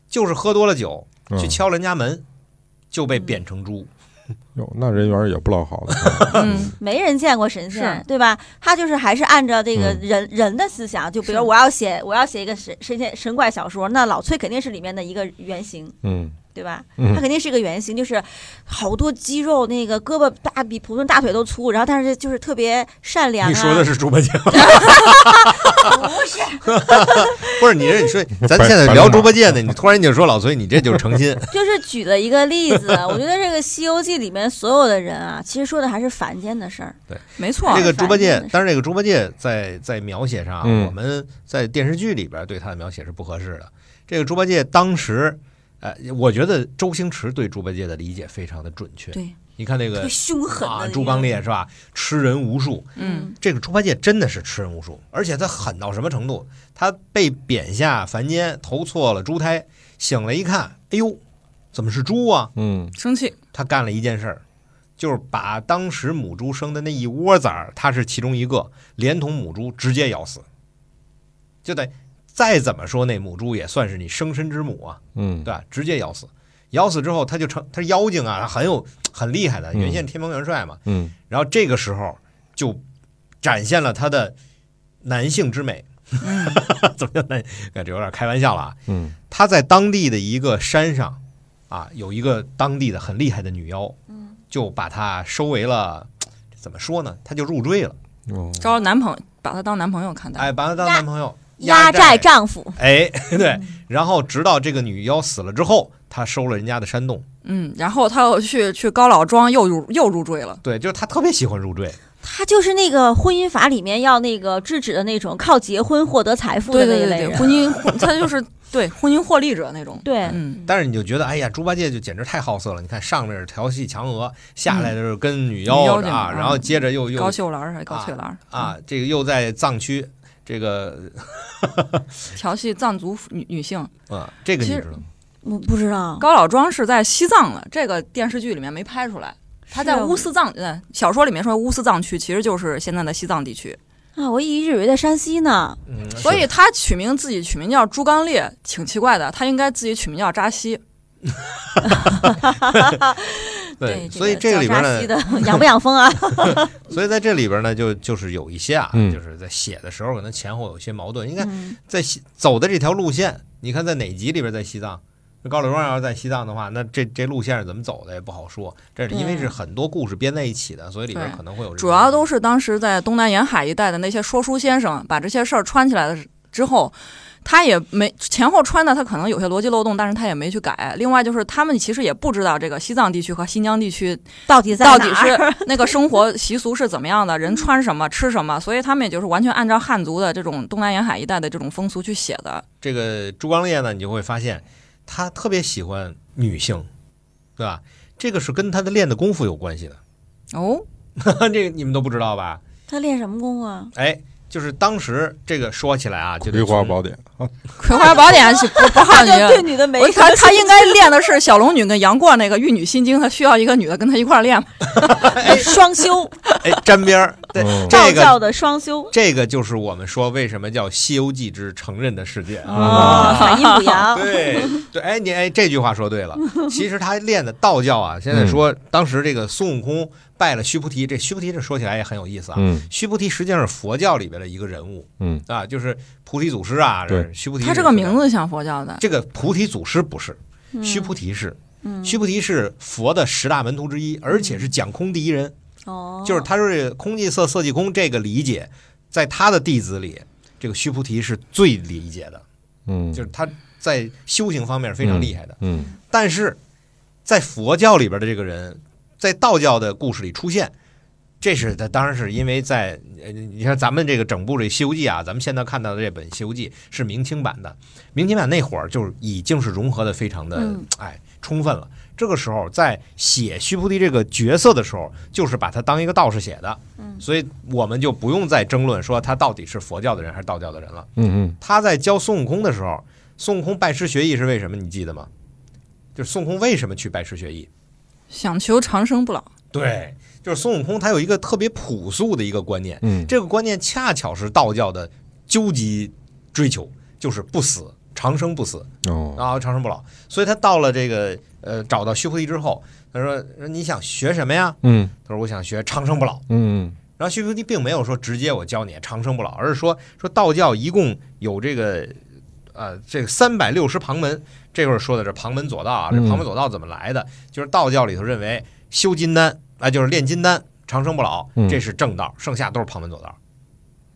Speaker 1: 就是喝多了酒
Speaker 2: 嗯
Speaker 1: 去敲人家门，就被贬成猪。
Speaker 2: 哟，那人缘也不老好的。
Speaker 3: 嗯，
Speaker 4: 没人见过神仙
Speaker 3: 是，
Speaker 4: 对吧？他就是还是按照这个
Speaker 2: 嗯
Speaker 4: 人、人的思想，就比
Speaker 3: 是
Speaker 4: 如我要写我要写一个神神仙神怪小说，那老崔肯定是里面的一个原型，
Speaker 2: 嗯
Speaker 4: 对吧？他
Speaker 2: 嗯
Speaker 4: 肯定是一个原型，就是好多肌肉，那个胳膊大比普通大腿都粗，然后但是就是特别善良、啊。
Speaker 1: 你说的是猪八戒吗？
Speaker 4: 不是？ (laughs)
Speaker 1: 不是你这你 (laughs) 说，咱
Speaker 2: 白
Speaker 1: 现在
Speaker 2: 白
Speaker 1: 聊
Speaker 2: 龙马
Speaker 1: 猪八戒呢，你突然就说老崔，你这就是诚
Speaker 4: (laughs)
Speaker 1: 心。
Speaker 4: 就是举了一个例子，我觉得这个《西游记》里面所有的人啊，其实说的还是凡间的事儿。
Speaker 3: 没错
Speaker 1: 这，个
Speaker 4: 反
Speaker 1: 猪八戒
Speaker 4: 正是，
Speaker 1: 但是这个猪八戒在在描写上啊，
Speaker 2: 嗯
Speaker 1: 我们在电视剧里边对他的描写是不合适的。这个猪八戒当时，呃，我觉得周星驰对猪八戒的理解非常的准确。
Speaker 4: 对，
Speaker 1: 你看那
Speaker 4: 特
Speaker 1: 个
Speaker 4: 别凶狠的
Speaker 1: 啊
Speaker 4: 那，个嗯
Speaker 1: 猪刚鬣是吧？吃人无数，
Speaker 3: 嗯，
Speaker 1: 这个猪八戒真的是吃人无数，而且他狠到什么程度？他被贬下凡间，投错了猪胎，醒来一看，哎呦，怎么是猪啊？
Speaker 2: 嗯
Speaker 3: 生气，
Speaker 1: 他干了一件事儿，就是把当时母猪生的那一窝崽儿，它是其中一个，连同母猪直接咬死，就得再怎么说那母猪也算是你生身之母啊，
Speaker 2: 嗯，
Speaker 1: 对吧？直接咬死，咬死之后它就成它是妖精啊，它很有很厉害的，
Speaker 2: 嗯
Speaker 1: 原先天蓬元帅嘛，
Speaker 2: 嗯
Speaker 1: 然后这个时候就展现了他的男性之美，
Speaker 4: 嗯
Speaker 1: (laughs) 怎么样呢？感觉有点开玩笑了啊。
Speaker 2: 嗯
Speaker 1: 他在当地的一个山上啊，有一个当地的很厉害的女妖，
Speaker 4: 嗯，
Speaker 1: 就把他收为了，怎么说呢？他就入赘了，
Speaker 2: 哦，
Speaker 3: 招男朋友，把她当男朋友看待。
Speaker 1: 哎，把他当男朋友，
Speaker 4: 压
Speaker 1: 榨
Speaker 4: 榨丈夫，嗯
Speaker 1: 哎，对，然后直到这个女妖死了之后，他收了人家的山洞，
Speaker 3: 嗯，然后她又去去高老庄又入又入赘了。
Speaker 1: 对，就是他特别喜欢入赘，
Speaker 4: 他就是那个婚姻法里面要那个制止的那种靠结婚获得财富的
Speaker 3: 对
Speaker 4: 那
Speaker 3: 对对
Speaker 4: 一类
Speaker 3: 对，
Speaker 4: 人。
Speaker 3: 婚姻婚她就是对婚姻获利者那种。
Speaker 4: 对
Speaker 3: 嗯，
Speaker 1: 但是你就觉得，哎呀，猪八戒就简直太好色了。你看上面调戏强娥，下来就是跟女
Speaker 3: 女
Speaker 1: 妖
Speaker 3: 妖精
Speaker 1: 啊，
Speaker 3: 嗯
Speaker 1: 然后接着又
Speaker 3: 高
Speaker 1: 又
Speaker 3: 秀兰儿还是高翠兰儿，嗯
Speaker 1: 啊，这个又在藏区，这个
Speaker 3: 调戏藏族女女性。
Speaker 1: 啊，这个你
Speaker 3: 其实
Speaker 1: 知道吗？
Speaker 4: 我嗯不知道，
Speaker 3: 高老庄是在西藏了，这个电视剧里面没拍出来。他在
Speaker 4: 是啊
Speaker 3: 乌斯藏，呃，小说里面说乌斯藏区其实就是现在的西藏地区，
Speaker 4: 啊，我一直以为在山西呢。
Speaker 1: 嗯，
Speaker 3: 所以他取名自己取名叫朱刚烈，挺奇怪的。他应该自己取名叫扎西。
Speaker 4: (laughs)
Speaker 1: 对，
Speaker 4: 这
Speaker 1: 所以
Speaker 4: 个
Speaker 1: 这个
Speaker 4: 叫
Speaker 1: 里边
Speaker 4: 扎
Speaker 1: 呢
Speaker 4: 西，的
Speaker 1: (laughs)
Speaker 4: 养不养蜂啊？
Speaker 1: 所以在这里边呢，就就是有一些啊，
Speaker 2: 嗯
Speaker 1: 就是在写的时候可能前后有些矛盾。应该
Speaker 4: 嗯
Speaker 1: 在西走的这条路线，你看在哪集里边在西藏？那高老庄要是在西藏的话，那这这路线是怎么走的也不好说。这是因为
Speaker 4: 对
Speaker 1: 是很多故事编在一起的，所以里边
Speaker 3: 对
Speaker 1: 可能会有
Speaker 3: 主要都
Speaker 1: 是
Speaker 3: 是当时在东南沿海一带的那些说书先生把这些事儿穿起来的之后，他也没前后穿的，他可能有些逻辑漏洞，但是他也没去改。另外就是他们其实也不知道这个西藏地区和新疆地区
Speaker 4: 到底在
Speaker 3: 到
Speaker 4: 哪
Speaker 3: 底
Speaker 4: 儿？嗯
Speaker 3: 是那个生活习俗是怎么样的，人穿什么吃什么，所以他们也就是完全按照汉族的这种东南沿海一带的这种风俗去写的。
Speaker 1: 这个朱刚烈呢，你就会发现他特别喜欢女性，对吧？这个是跟他的练的功夫有关系的， (laughs)
Speaker 3: 哦，
Speaker 1: 这个你们都不知道吧？
Speaker 4: 他练什么功夫啊？
Speaker 1: 哎，就是当时这个说起来啊，就
Speaker 2: 《
Speaker 1: 得
Speaker 2: 葵花
Speaker 1: 从
Speaker 2: 宝典》啊，
Speaker 3: 《葵花宝典》是不不好
Speaker 4: 他
Speaker 3: 你
Speaker 4: 就。对女的没
Speaker 3: 我他他应该练的是小龙女跟杨过那个玉女心经，他需要一个女的跟他一块儿练嘛。
Speaker 4: 该双修，
Speaker 1: 哎沾边儿，对
Speaker 2: 嗯
Speaker 1: 这
Speaker 4: 赵
Speaker 1: 个
Speaker 4: 教的双修
Speaker 1: 这个就是我们说为什么叫《西游记之成人的世界》啊。
Speaker 4: 啊，反阴补阳。
Speaker 1: 对对，哎，你哎，这句话说对了。其实他练的道教啊，现
Speaker 2: 嗯
Speaker 1: 在说当时这个孙悟空拜了须菩提，这须菩提这说起来也很有意思啊。
Speaker 2: 嗯
Speaker 1: 须菩提实际上是佛教里边的一个人物
Speaker 2: 嗯
Speaker 1: 啊，就是菩提祖师啊。
Speaker 2: 对
Speaker 1: 是须菩提
Speaker 3: 他
Speaker 1: 是
Speaker 3: 这
Speaker 1: 佛
Speaker 3: 个
Speaker 1: 教
Speaker 3: 名，字嗯像佛教的，
Speaker 1: 这个菩提祖师不是，须菩提是。
Speaker 3: 嗯
Speaker 1: 须菩提是佛的十大门徒之一，而且是讲空第一人。
Speaker 4: 哦，
Speaker 3: 嗯
Speaker 1: 就是他说这个空即色，色即空这个理解，在他的弟子里，这个须菩提是最理解的，
Speaker 2: 嗯，
Speaker 1: 就是他在修行方面是非常厉害的。
Speaker 2: 嗯
Speaker 1: 但是在佛教里边的这个人，在道教的故事里出现，这是他当然是因为在呃，你看咱们这个整部这《西游记》啊，咱们现在看到的这本《西游记》是明清版的，明清版那会儿就是已经是融合的非常的、
Speaker 4: 嗯
Speaker 1: 哎充分了。这个时候，在写须菩提这个角色的时候，就是把他当一个道士写的，
Speaker 4: 嗯
Speaker 1: 所以我们就不用再争论说他到底是佛教的人还是道教的人了。
Speaker 2: 嗯
Speaker 1: 他在教孙悟空的时候，孙悟空拜师学艺是为什么？你记得吗？就是孙悟空为什么去拜师学艺？
Speaker 3: 想求长生不
Speaker 1: 嗯
Speaker 3: 老。
Speaker 1: 对，就是孙悟空他有一个特别朴素的一个观念，
Speaker 2: 嗯
Speaker 1: 这个观念恰巧是道教的究极追求，就是不死。长生不死
Speaker 2: 嗯哦，
Speaker 1: 啊，长生不老。所以他到了这个呃，找到须菩提之后，他说：“说你想学什么呀
Speaker 2: 嗯？”
Speaker 1: 他说：“我想学长生不老。”
Speaker 2: 嗯
Speaker 1: 然后须菩提并没有说直接我教你长生不老，而是说说道教一共有这个呃这个三百六十旁门，这会儿说的这旁门左道啊，这
Speaker 2: 嗯
Speaker 1: 旁门左道怎么来的？就是道教里头认为修金丹啊、就是炼金丹。长生不老
Speaker 2: 嗯，
Speaker 1: 这是正道，剩下都是旁门左道，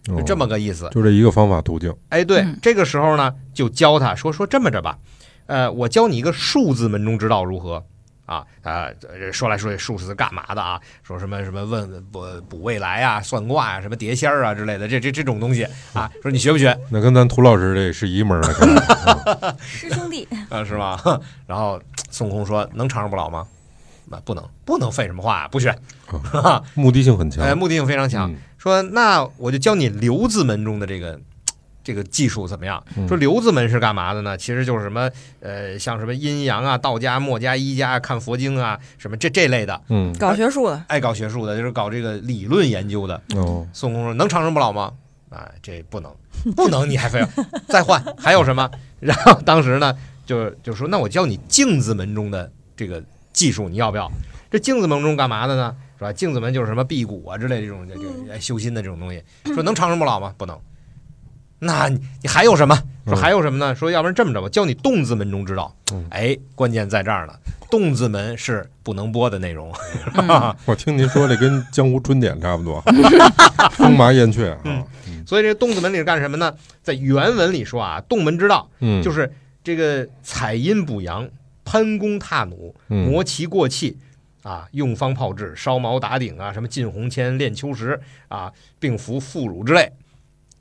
Speaker 2: 嗯，
Speaker 1: 就这么
Speaker 2: 哦
Speaker 1: 个意思。
Speaker 2: 就这一个方法途径，
Speaker 1: 哎，对
Speaker 3: 嗯，
Speaker 1: 这个时候呢，就教他说说这么着吧，呃，我教你一个数字门中之道如何啊啊、呃说来说去数字干嘛的啊？说什么什么问卜卜未来啊，算卦啊，什么碟仙儿啊之类的，这这这种东西啊，说你学不学
Speaker 2: 那跟咱涂老师这是嗯一门儿
Speaker 1: (laughs)
Speaker 2: 的感觉，
Speaker 4: 师兄弟，
Speaker 1: 啊？是吗？哼 (laughs) 然后孙悟空说能长生不老吗？啊，不能，不能废什么话、啊，不学。呃
Speaker 2: 目的性很强
Speaker 1: 哎，。目的性非常强。
Speaker 2: 嗯
Speaker 1: 说那我就教你刘字门中的这个这个技术怎么样。
Speaker 2: 嗯
Speaker 1: 说刘子门是干嘛的呢？其实就是什么呃，像什么阴阳啊、道家、墨家、医家、看佛经啊，什么这这类的，
Speaker 2: 嗯
Speaker 3: 搞学术的，
Speaker 1: 爱搞学术的，就是搞这个理论研究的。
Speaker 2: 哦，
Speaker 1: 孙悟空说：“能长生不老吗？”啊，这不能， (laughs) 不能，你还非要再换，还有什么？ (laughs) 然后当时呢，就就说：“那我教你镜子门中的这个技术，你要不要？”这镜子门中干嘛的呢？是吧？镜子门就是什么辟谷啊之类这种这这修心的这种东西。说能长生不老吗？不能。那你你还有什么？说
Speaker 2: 嗯
Speaker 1: 还有什么呢？说要不然这么着吧，教你洞字门中之道
Speaker 2: 嗯。
Speaker 1: 哎，关键在这儿呢，洞字门是不能播的内容。 (laughs)
Speaker 3: 嗯，
Speaker 2: 我听您说这跟江湖春点差不多， (laughs) 风马燕雀啊
Speaker 1: 嗯，所以这洞字门里是干什么呢？在原文里说啊，洞门之道
Speaker 2: 嗯，
Speaker 1: 就是是这个采阴补阳、攀弓踏弩、
Speaker 2: 嗯
Speaker 1: 磨其过气啊，用方炮制、烧毛打顶啊，什么浸红铅、炼秋石啊，并服妇乳之类。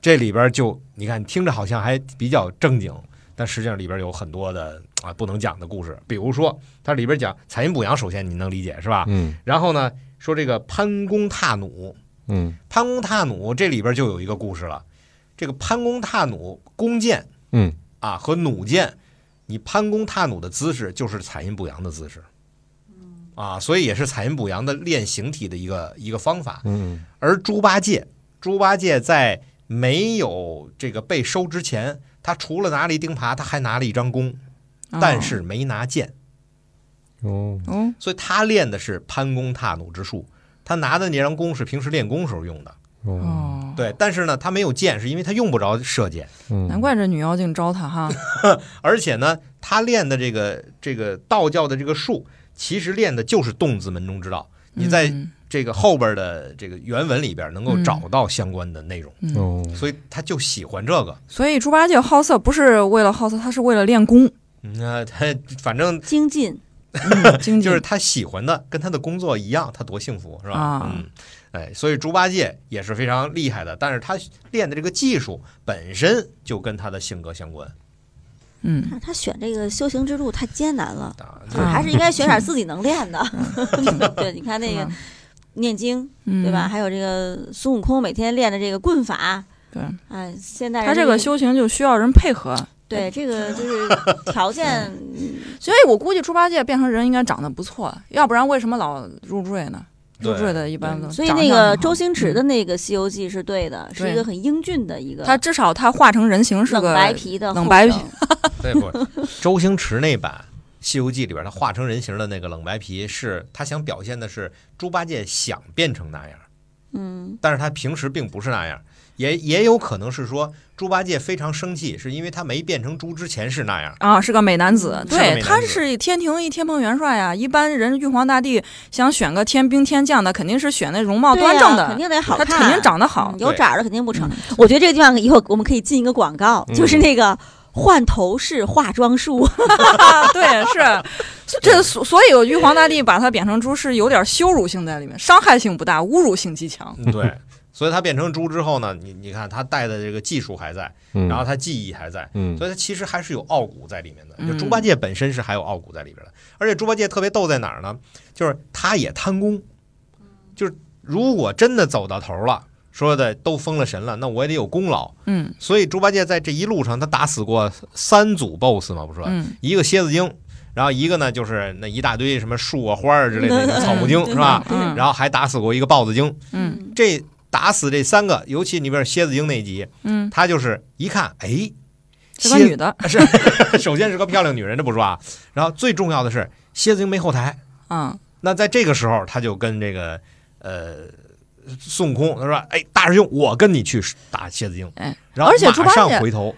Speaker 1: 这里边就你看，听着好像还比较正经，但实际上里边有很多的啊不能讲的故事。比如说，它里边讲采阴补阳，首先你能理解是吧？
Speaker 2: 嗯
Speaker 1: 然后呢，说这个攀弓踏弩，
Speaker 2: 嗯
Speaker 1: 潘公踏弩这里边就有一个故事了。这个潘公踏弩，弓箭，
Speaker 2: 嗯
Speaker 1: 啊和弩箭，你攀弓踏弩的姿势就是采阴补阳的姿势，啊，所以也是采阴补阳的练形体的一个一个方法。
Speaker 2: 嗯
Speaker 1: 而猪八戒，猪八戒在没有这个被收之前，他除了拿了一钉耙，他还拿了一张弓，
Speaker 3: 啊
Speaker 1: 但是没拿剑，
Speaker 2: 哦
Speaker 3: 哦，哦，
Speaker 1: 所以他练的是攀弓踏弩之术。他拿的那张弓是平时练功时候用的，
Speaker 2: 哦，
Speaker 3: 哦，
Speaker 1: 对，但是呢，他没有剑，是因为他用不着射箭。
Speaker 2: 嗯
Speaker 3: 难怪这女妖精招他哈，
Speaker 1: 而且呢，他练的这个这个道教的这个术，其实练的就是洞字门中之道。 (laughs) 你在
Speaker 3: 嗯
Speaker 1: 这个后边的这个原文里边能够找到相关的内容，
Speaker 3: 嗯
Speaker 2: 哦，
Speaker 1: 所以他就喜欢这个。
Speaker 3: 所以猪八戒好色不是为了好色，他是为了
Speaker 1: (laughs)
Speaker 3: 练功，
Speaker 1: 嗯那、他反正
Speaker 4: 精进。
Speaker 3: 嗯精进
Speaker 1: 就是他喜欢的，跟他的工作一样，他多幸福是吧？
Speaker 3: 啊
Speaker 1: 嗯，哎，所以猪八戒也是非常厉害的，但是他练的这个技术本身就跟他的性格相关
Speaker 3: 嗯，
Speaker 4: 他选这个修行之路太艰难了，
Speaker 1: 啊。
Speaker 4: 就是还是应该选点自己能练的。
Speaker 1: 嗯
Speaker 4: (laughs) 对，你看那
Speaker 3: 是
Speaker 4: 个
Speaker 3: 吧
Speaker 4: 念经，
Speaker 3: 嗯
Speaker 4: 对吧？？还有这个孙悟空每天练的这个棍法，
Speaker 3: 嗯对，
Speaker 4: 哎，现在
Speaker 3: 他这个修行就需要人配合，
Speaker 4: 对这个就是
Speaker 3: (laughs)
Speaker 4: 条件，
Speaker 3: 所以我估计猪八戒变成人应该长得不错，要不然为什么老入赘呢？入
Speaker 1: 对
Speaker 3: 赘的一般都
Speaker 4: 嗯所以
Speaker 3: 长
Speaker 4: 那
Speaker 3: 相
Speaker 4: 个
Speaker 3: 很好嗯
Speaker 4: 周星驰的那个《西游记》是对的，是
Speaker 3: 对
Speaker 4: 一个很英俊的一个
Speaker 3: 他至少他化成人形是
Speaker 4: 冷
Speaker 3: 个
Speaker 4: 白皮的
Speaker 3: 冷
Speaker 4: 后
Speaker 3: 白
Speaker 4: 生
Speaker 3: 皮
Speaker 1: 对不？ (laughs) 周星驰那版《西游记》里边，他化成人形的那个冷白皮，是他想表现的是猪八戒想变成那样，
Speaker 4: 嗯，
Speaker 1: 但是他平时并不是那样。也也有可能是说，猪八戒非常生气，是因为他没变成猪之前是
Speaker 3: (laughs)
Speaker 1: 那样。
Speaker 3: 啊，是个美男子
Speaker 4: 嗯。
Speaker 1: 是个
Speaker 3: 对
Speaker 1: 美，男
Speaker 3: 他
Speaker 1: 子
Speaker 3: 是天庭一天蓬元帅啊，一般人玉皇大帝想选个天兵天将的，肯定是选那 (laughs) 容貌
Speaker 4: 对
Speaker 3: 端
Speaker 4: 呀
Speaker 3: 正的，
Speaker 4: 肯定得好
Speaker 3: 他
Speaker 4: 看，
Speaker 3: 肯定长得好
Speaker 4: 嗯。有
Speaker 1: 对
Speaker 4: 褶儿的肯定不成。我觉得这个地方以后我们可以进一个广告，就是
Speaker 2: 嗯
Speaker 4: 那个换头饰化妆术。
Speaker 3: 啊，
Speaker 4: 嗯
Speaker 3: (laughs) 对，是
Speaker 4: (laughs)
Speaker 3: 这所所以玉皇大帝把他贬成猪是有点羞辱性在里面，伤害性不大，侮辱性极强。
Speaker 1: 嗯对，所以他变成猪之后呢，你你看他带的这个技术还在，然后他记忆还在，
Speaker 2: 嗯
Speaker 1: 所以他其实还是有傲骨在里面的。就
Speaker 3: 嗯
Speaker 1: 猪八戒本身是还有傲骨在里边的，而且猪八戒特别逗在哪儿呢？就是他也贪功，就是如果真的走到头了，说的都封了神了，那我也得有功劳。
Speaker 3: 嗯
Speaker 1: 所以猪八戒在这一路上，他打死过三组 BOSS 嘛，不是？
Speaker 3: 嗯，
Speaker 1: 一个蝎子精，然后一个呢就是那一大堆什么树啊、花儿之类的那个
Speaker 4: (laughs)
Speaker 1: 草木精是吧？
Speaker 3: 嗯
Speaker 1: 然后还打死过一个豹子精，
Speaker 3: 嗯
Speaker 1: 这打死这三个，尤其你比如蝎子精那一集，
Speaker 3: 嗯，
Speaker 1: 他就是一看，哎，
Speaker 3: 是个
Speaker 1: 蝎
Speaker 3: 女的
Speaker 1: 首 (laughs) 先是个漂亮女人，这不说啊，然后最重要的是蝎子精没后台，
Speaker 3: 啊，
Speaker 1: 那在这个时候他就跟这个呃孙悟空他说，哎，大师兄，我跟你去打蝎子精
Speaker 3: 哎，
Speaker 1: 然后
Speaker 3: 而且猪
Speaker 1: 马
Speaker 3: 八戒
Speaker 1: 上回头，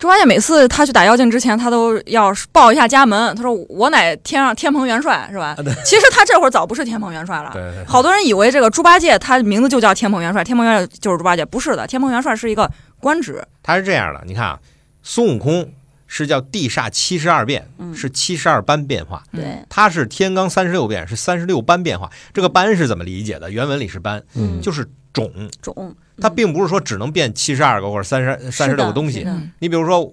Speaker 3: 猪八戒每次他去打妖精之前，他都要报一下家门。他说：“我乃天上天蓬元帅，是
Speaker 1: 啊
Speaker 3: 吧？”其实他这会儿早不是天蓬元
Speaker 4: 啊
Speaker 3: 帅了。
Speaker 1: 对对
Speaker 3: 好多人以为这个猪八戒他名字就叫天蓬元帅，天蓬元帅就是猪八戒，不是的，天蓬元帅是一个官职。
Speaker 1: 他是这样的，你看啊，孙悟空是叫地煞七十二变，
Speaker 4: 嗯
Speaker 1: 是嗯七十二般变化。
Speaker 4: 对，
Speaker 1: 他是天罡三十六变，是三十六般变化。这个般是怎么理解的？原文里是般，
Speaker 2: 嗯
Speaker 1: 就是种。
Speaker 4: 种，
Speaker 1: 它
Speaker 4: 嗯
Speaker 1: 并不是说只能变七十二个或者三十三十六个东
Speaker 4: 是
Speaker 1: 西
Speaker 4: 的。
Speaker 3: 嗯
Speaker 1: 你比如说，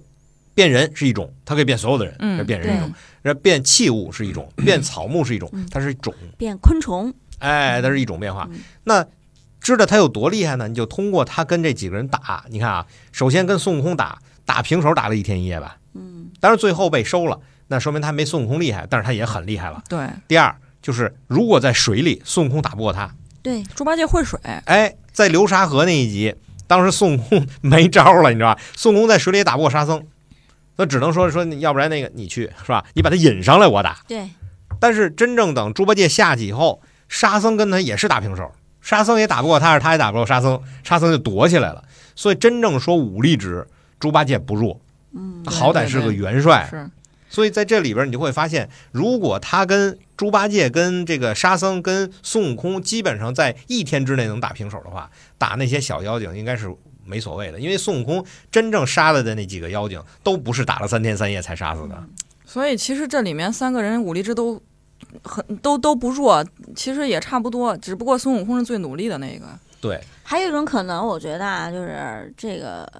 Speaker 1: 变人是一种，它可以变所有的人，
Speaker 3: 嗯
Speaker 1: 这变人一种
Speaker 3: 对，；
Speaker 1: 然后变器物是一种，变草木是一种
Speaker 4: 嗯，
Speaker 1: 它是一种。
Speaker 4: 变昆虫，
Speaker 1: 哎，它是一种变化
Speaker 4: 嗯。
Speaker 1: 那知道他有多厉害呢？你就通过他跟这几个人打，你看啊，首先跟孙悟空打，打平手打了一天一夜吧，
Speaker 4: 嗯
Speaker 1: 当然最后被收了，那说明他没孙悟空厉害，但是他也很厉害了。
Speaker 3: 对，
Speaker 1: 第二就是如果在水里，孙悟空打不过他，
Speaker 4: 对，
Speaker 3: 猪八戒会水，
Speaker 1: 哎，在流沙河那一集，当时孙悟空没招了，你知道吧？孙悟空在水里也打不过沙僧，那只能说说，要不然那个你去是吧？你把他引上来，我打。
Speaker 4: 对，
Speaker 1: 但是真正等猪八戒下去以后，沙僧跟他也是打平手，沙僧也打不过他，他也打不过沙僧，沙僧就躲起来了。所以真正说武力值，猪八戒不弱，
Speaker 4: 嗯
Speaker 3: 对
Speaker 1: 好歹是个元帅。
Speaker 3: 是
Speaker 1: 所以在这里边，你就会发现，如果他跟猪八戒、跟这个沙僧、跟孙悟空，基本上在一天之内能打平手的话，打那些小妖精应该是没所谓的，因为孙悟空真正杀了的那几个妖精，都不是打了三天三夜才杀死的。
Speaker 3: 所以其实这里面三个人武力值都很都都不弱，其实也差不多，只不过孙悟空是最努力的那个。
Speaker 1: 对，
Speaker 4: 还有一种可能，我觉得啊，就是这个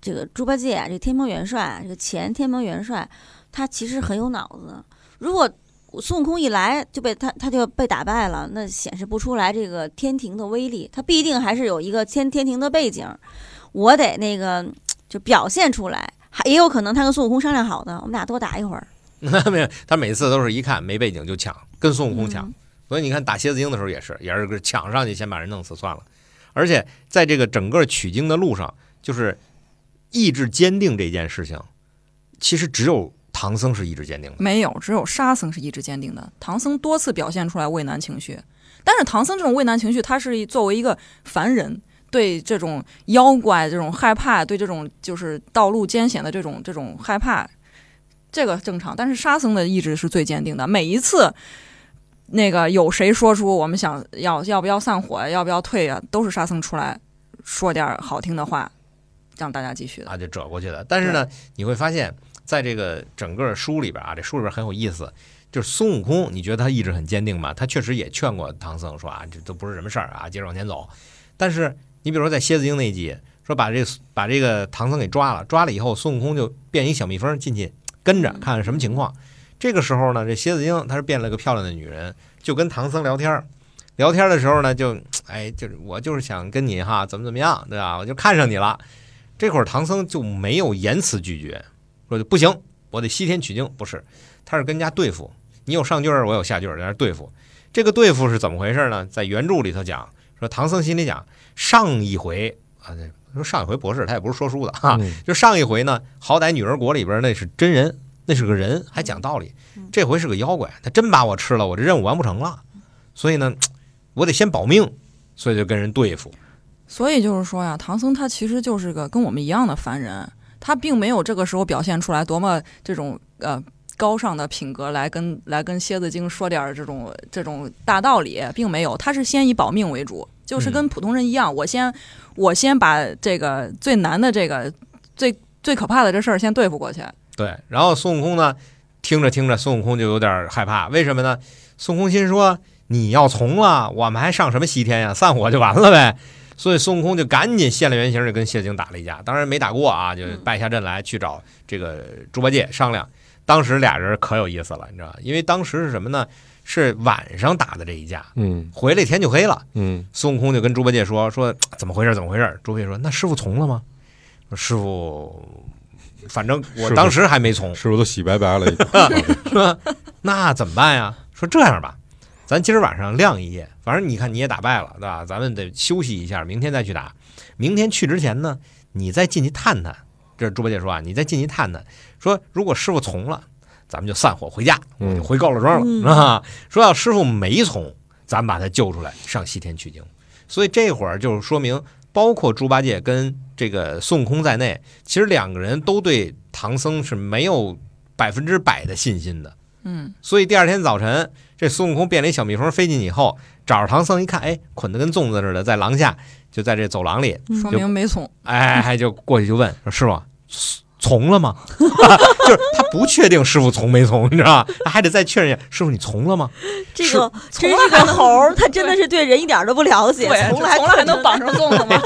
Speaker 4: 这个猪八戒啊，这天蓬元帅，这个前天蓬元帅，他其实很有脑子。如果孙悟空一来就被他他就被打败了，那显示不出来这个天庭的威力，他必定还是有一个天天庭的背景，我得那个就表现出来。还也有可能他跟孙悟空商量好的，我们俩多打一会儿。
Speaker 1: 那 (laughs) 没有，他每次都是一看没背景就抢，跟孙悟空抢。
Speaker 4: 嗯
Speaker 1: 所以你看打蝎子精的时候也是，也是抢上去先把人弄死算了。而且在这个整个取经的路上，就是意志坚定这件事情，其实只有唐僧是意志坚定的。
Speaker 3: 没有，只有沙僧是意志坚定的。唐僧多次表现出来畏难情绪，但是唐僧这种畏难情绪，他是作为一个凡人，对这种妖怪、这种害怕，对这种就是道路艰险的这种这种害怕，这个正常。但是沙僧的意志是最坚定的，每一次。那个有谁说出我们想要要不要散伙，要不要退啊？都是沙僧出来说点儿好听的话，让大家继续的。
Speaker 1: 啊，就折过去的。但是呢，你会发现在这个整个书里边啊，这书里边很有意思，就是孙悟空，你觉得他意志很坚定吗？他确实也劝过唐僧说啊，这都不是什么事儿啊，接着往前走。但是你比如说在蝎子精那一集，说把这把这个唐僧给抓了，抓了以后，孙悟空就变一小蜜蜂进去跟着看看什么情况。这个时候呢，这蝎子精她是变了个漂亮的女人，就跟唐僧聊天儿。聊天的时候呢，就哎，就是我就是想跟你哈，怎么怎么样，对吧？我就看上你了。这会儿唐僧就没有言辞拒绝，说就不行，我得西天取经。不是，他是跟人家对付，你有上句儿，我有下句儿，在那儿对付。这个对付是怎么回事呢？在原著里头讲，说唐僧心里讲，上一回啊，对说上一回博士他也不是说书的哈，
Speaker 2: 嗯
Speaker 1: 就上一回呢，好歹女儿国里边那是真人，那是个人，还讲道理
Speaker 4: 嗯。
Speaker 1: 这回是个妖怪，他真把我吃了，我这任务完不成了。所以呢，我得先保命，所以就跟人对付。
Speaker 3: 所以就是说呀，唐僧他其实就是个跟我们一样的凡人，他并没有这个时候表现出来多么这种呃高尚的品格来跟来跟蝎子精说点儿这种这种大道理，并没有，他是先以保命为主，就是跟普通人一样，我先我先把这个最难的这个最最可怕的这事儿先对付过去，
Speaker 1: 对，然后孙悟空呢，听着听着，孙悟空就有点害怕，为什么呢？孙悟空心说：“你要从了，我们还上什么西天呀？散伙就完了呗。”所以孙悟空就赶紧现了原形，就跟谢精打了一架，当然没打过啊，就败下阵来去找这个猪八戒商量。当时俩人可有意思了，你知道吧？因为当时是什么呢？是晚上打的这一架，
Speaker 2: 嗯
Speaker 1: 回来天就黑了。
Speaker 2: 嗯
Speaker 1: 孙悟空就跟猪八戒说：“说怎么回事？怎么回事？”猪八戒说：“那师傅从了吗？”说师傅，反正我
Speaker 2: 师傅
Speaker 1: 当时还没从。
Speaker 2: 师傅都洗白白了，已经
Speaker 1: (laughs) 说那怎么办呀？说这样吧，咱今儿晚上晾一夜，反正你看你也打败了，对吧？咱们得休息一下，明天再去打。明天去之前呢，你再进去探探。这是猪八戒说啊，你再进去探探，说如果师傅从了，咱们就散伙回家，
Speaker 2: 嗯
Speaker 1: 就回高老庄了、
Speaker 4: 嗯
Speaker 1: 啊。说要师傅没从，咱们把他救出来，上西天取经。所以这会儿就是说明，包括猪八戒跟这个孙悟空在内，其实两个人都对唐僧是没有百分之百的信心的。
Speaker 3: 嗯，
Speaker 1: 所以第二天早晨，这孙悟空变了一小蜜蜂飞进以后，找着唐僧一看，哎，捆得跟粽子似的，在廊下，就在这走廊里，
Speaker 4: 嗯
Speaker 3: 说
Speaker 1: 就
Speaker 3: 明没怂，
Speaker 1: 哎，还就过去就问说：“师傅，从了吗？” (laughs) 就是他不确定师傅从没从，你知道吧？他还得再确认一下，师傅你从了吗？
Speaker 4: 这
Speaker 1: 是
Speaker 4: 个
Speaker 3: 从
Speaker 4: 真
Speaker 3: 来
Speaker 4: 是个猴儿，他真的是对人一点儿都不了 (laughs) 解，
Speaker 3: 对，
Speaker 4: 从来
Speaker 3: 从来还能绑上粽子
Speaker 4: (laughs)
Speaker 3: 吗？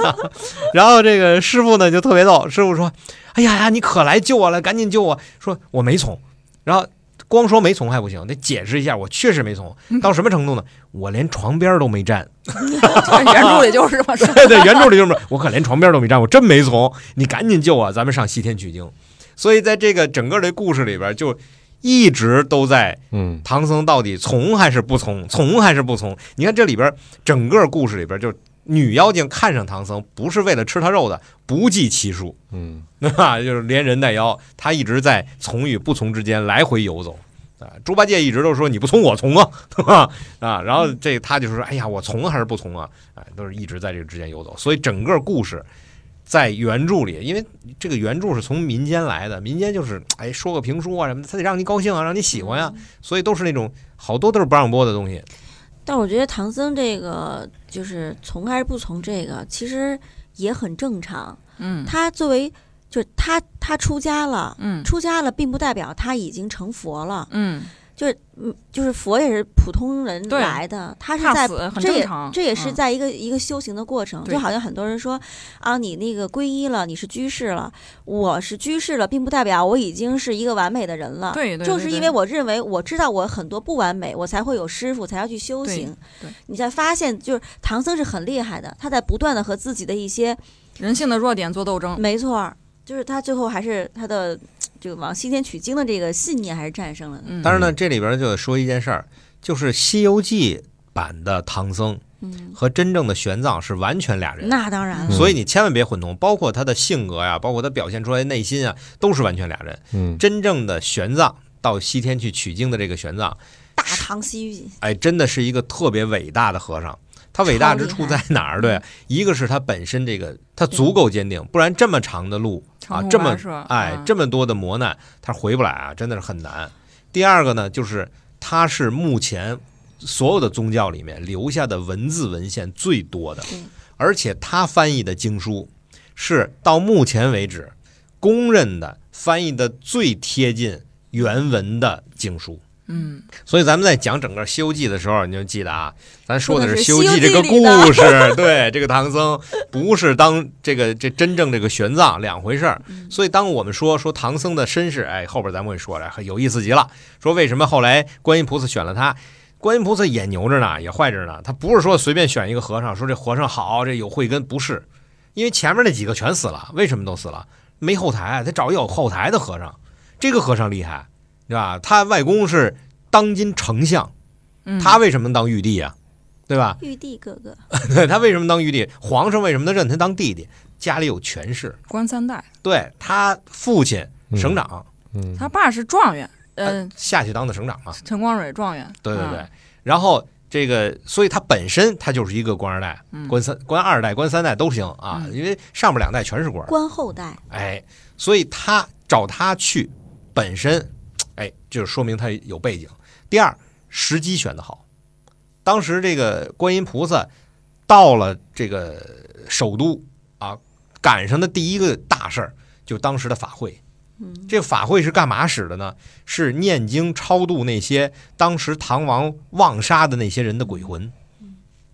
Speaker 1: 然后这个师傅呢就特哎别逗，师傅说：“哎呀呀，你可来救我了，赶紧救我！”说我没从，然后光说没从还不行，得解释一下，我确实没从，到什么程度呢？我连床边儿都没站。
Speaker 3: (laughs) 原著里就是嘛，是吧
Speaker 1: 对对，原著里就是我可连床边儿都没站，我真没从，你赶紧救我，咱们上西天取经。所以在这个整个的故事里边，就一直都在
Speaker 2: 嗯，
Speaker 1: 唐僧到底从还是不从，从还是不从？你看这里边整个故事里边，就女妖精看上唐僧，不是为了吃他肉的，不计其数。
Speaker 2: 嗯，
Speaker 1: 对 (laughs) 吧？啊就是连人带妖，他一直在从与不从之间来回游走。啊，猪八戒一直都说你不从我从啊， (laughs) 对吧？啊，然后这他就说，哎呀，我从还是不从啊？哎，都是一直在这个之间游走。所以整个故事在原著里，因为这个原著是从民间来的，民间就是哎说个评书啊什么的，他得让你高兴啊，让你喜欢啊，所以都是那种好多都是不让播的东西。
Speaker 4: 但我觉得唐僧这个就是从还是不从这个，其实也很正常。
Speaker 3: 嗯
Speaker 4: 他作为就是他他出家了，
Speaker 3: 嗯
Speaker 4: 出家了并不代表他已经成佛了，
Speaker 3: 嗯，
Speaker 4: 就是嗯就是佛也是普通人
Speaker 3: 对
Speaker 4: 来的，他是
Speaker 3: 怕
Speaker 4: 在
Speaker 3: 死很
Speaker 4: 这
Speaker 3: 正
Speaker 4: 也
Speaker 3: 常，
Speaker 4: 这也是
Speaker 3: 嗯
Speaker 4: 在一个、一个修行的过程，
Speaker 3: 对
Speaker 4: 就好像很多人说啊，你那个皈依了，你是居士了，我是居士了，并不代表我已经是一个完美的人了。
Speaker 3: 对对，对
Speaker 4: 就是
Speaker 3: 对
Speaker 4: 因为我认为我知道我很多不完美，我才会有师傅，才要去修
Speaker 3: 对
Speaker 4: 行
Speaker 3: 对。
Speaker 4: 你才发现，就是唐僧是很厉害的，他在不断的和自己的一些，
Speaker 3: 人性的弱点做斗争，
Speaker 4: 没错儿，就是他最后还是他的这个往西天取经的这个信念还是战胜了的。
Speaker 3: 嗯，
Speaker 1: 当然呢，这里边就得说一件事儿，就是《西游记》版的唐僧
Speaker 4: 嗯，
Speaker 1: 和真正的玄奘是完全俩人。
Speaker 4: 那当然了，
Speaker 1: 所以你千万别混同，包括他的性格呀，包括他表现出来的内心啊，都是完全俩人。
Speaker 2: 嗯，
Speaker 1: 真正的玄奘到西天去取经的这个玄奘，
Speaker 4: 大唐西域
Speaker 1: 哎，真的是一个特别伟大的和尚。他伟大之处在哪儿？对，一个是他本身这个他足够坚定，不然这么长的路
Speaker 3: 长
Speaker 1: 啊，
Speaker 3: 途
Speaker 1: 这
Speaker 3: 跋
Speaker 1: 么
Speaker 3: 涉
Speaker 1: 哎
Speaker 3: 嗯
Speaker 1: 这么多的磨难，他回不来啊，真的是很难。第二个呢，就是他是目前所有的宗教里面留下的文字文献最多的
Speaker 4: 嗯，
Speaker 1: 而且他翻译的经书是到目前为止公认的翻译的最贴近原文的经书。
Speaker 3: 嗯，
Speaker 1: 所以咱们在讲整个《西游记》的时候，你就记得啊，咱说的是《西游
Speaker 4: 说的
Speaker 1: 记》
Speaker 4: 是
Speaker 1: 这个
Speaker 4: 西游记
Speaker 1: 故事， (laughs) 对这个唐僧不是当这个这真正这个玄奘两回事儿。所以当我们说说唐僧的身世，哎，后边咱们会说了，有意思极了。说为什么后来观音菩萨选了他？观音菩萨也牛着呢，也坏着呢。他不是说随便选一个和尚，说这和尚好，这有慧根，不是。因为前面那几个全死了，为什么都死了？没后台，啊他找有后台的和尚。这个和尚厉害，对吧？他外公是当今丞相，
Speaker 3: 嗯
Speaker 1: 他为什么当玉帝啊？对
Speaker 3: (laughs)
Speaker 1: 吧？
Speaker 4: 玉帝哥哥，
Speaker 1: 对他为什么当玉帝？皇上为什么能认他当弟弟？家里有权势，
Speaker 3: 官三代，
Speaker 1: 对他父亲省长、呃
Speaker 2: 嗯，
Speaker 3: 他爸是状元，嗯，
Speaker 1: 下去当的省长嘛，
Speaker 3: 陈光蕊状元，
Speaker 1: 哎对对对。
Speaker 3: 嗯，
Speaker 1: 然后这个，所以他本身他就是一个官二代、
Speaker 3: 嗯
Speaker 1: 官三、官二代、官三代都行啊，
Speaker 3: 嗯
Speaker 1: 因为上面两代全是官儿，
Speaker 4: 官后代，
Speaker 1: 哎，所以他找他去，本身，哎，就是说明他有背景。第二，时机选的好，当时这个观音菩萨到了这个首都啊，赶上的第一个大事儿就当时的法会。
Speaker 4: 嗯，
Speaker 1: 这法会是干嘛使的呢？是念经超度那些当时唐王妄杀的那些人的鬼魂。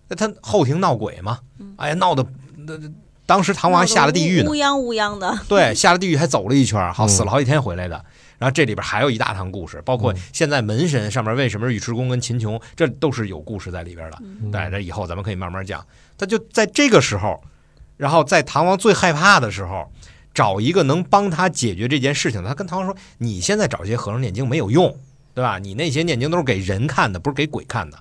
Speaker 1: 那他后庭闹鬼嘛
Speaker 4: 嗯，
Speaker 1: 哎呀，闹的，那那当时唐王下了地狱呢
Speaker 4: 乌，泱乌泱的，
Speaker 1: (laughs) 对，下了地狱还走了一圈儿，好
Speaker 2: 嗯
Speaker 1: 死了好几天回来的。然后这里边还有一大堂故事，包括
Speaker 2: 嗯
Speaker 1: 现在门神上面为什么是尉迟恭跟秦琼，这都是有故事在里边的。(laughs)
Speaker 4: 嗯
Speaker 1: 对，这以后咱们可以慢慢讲。他就在这个时候，然后在唐王最害怕的时候，找一个能帮他解决这件事情的。他跟唐王说：“你现在找这些和尚念经没有用，对吧？你那些念经都是给人看的，不是给鬼看的。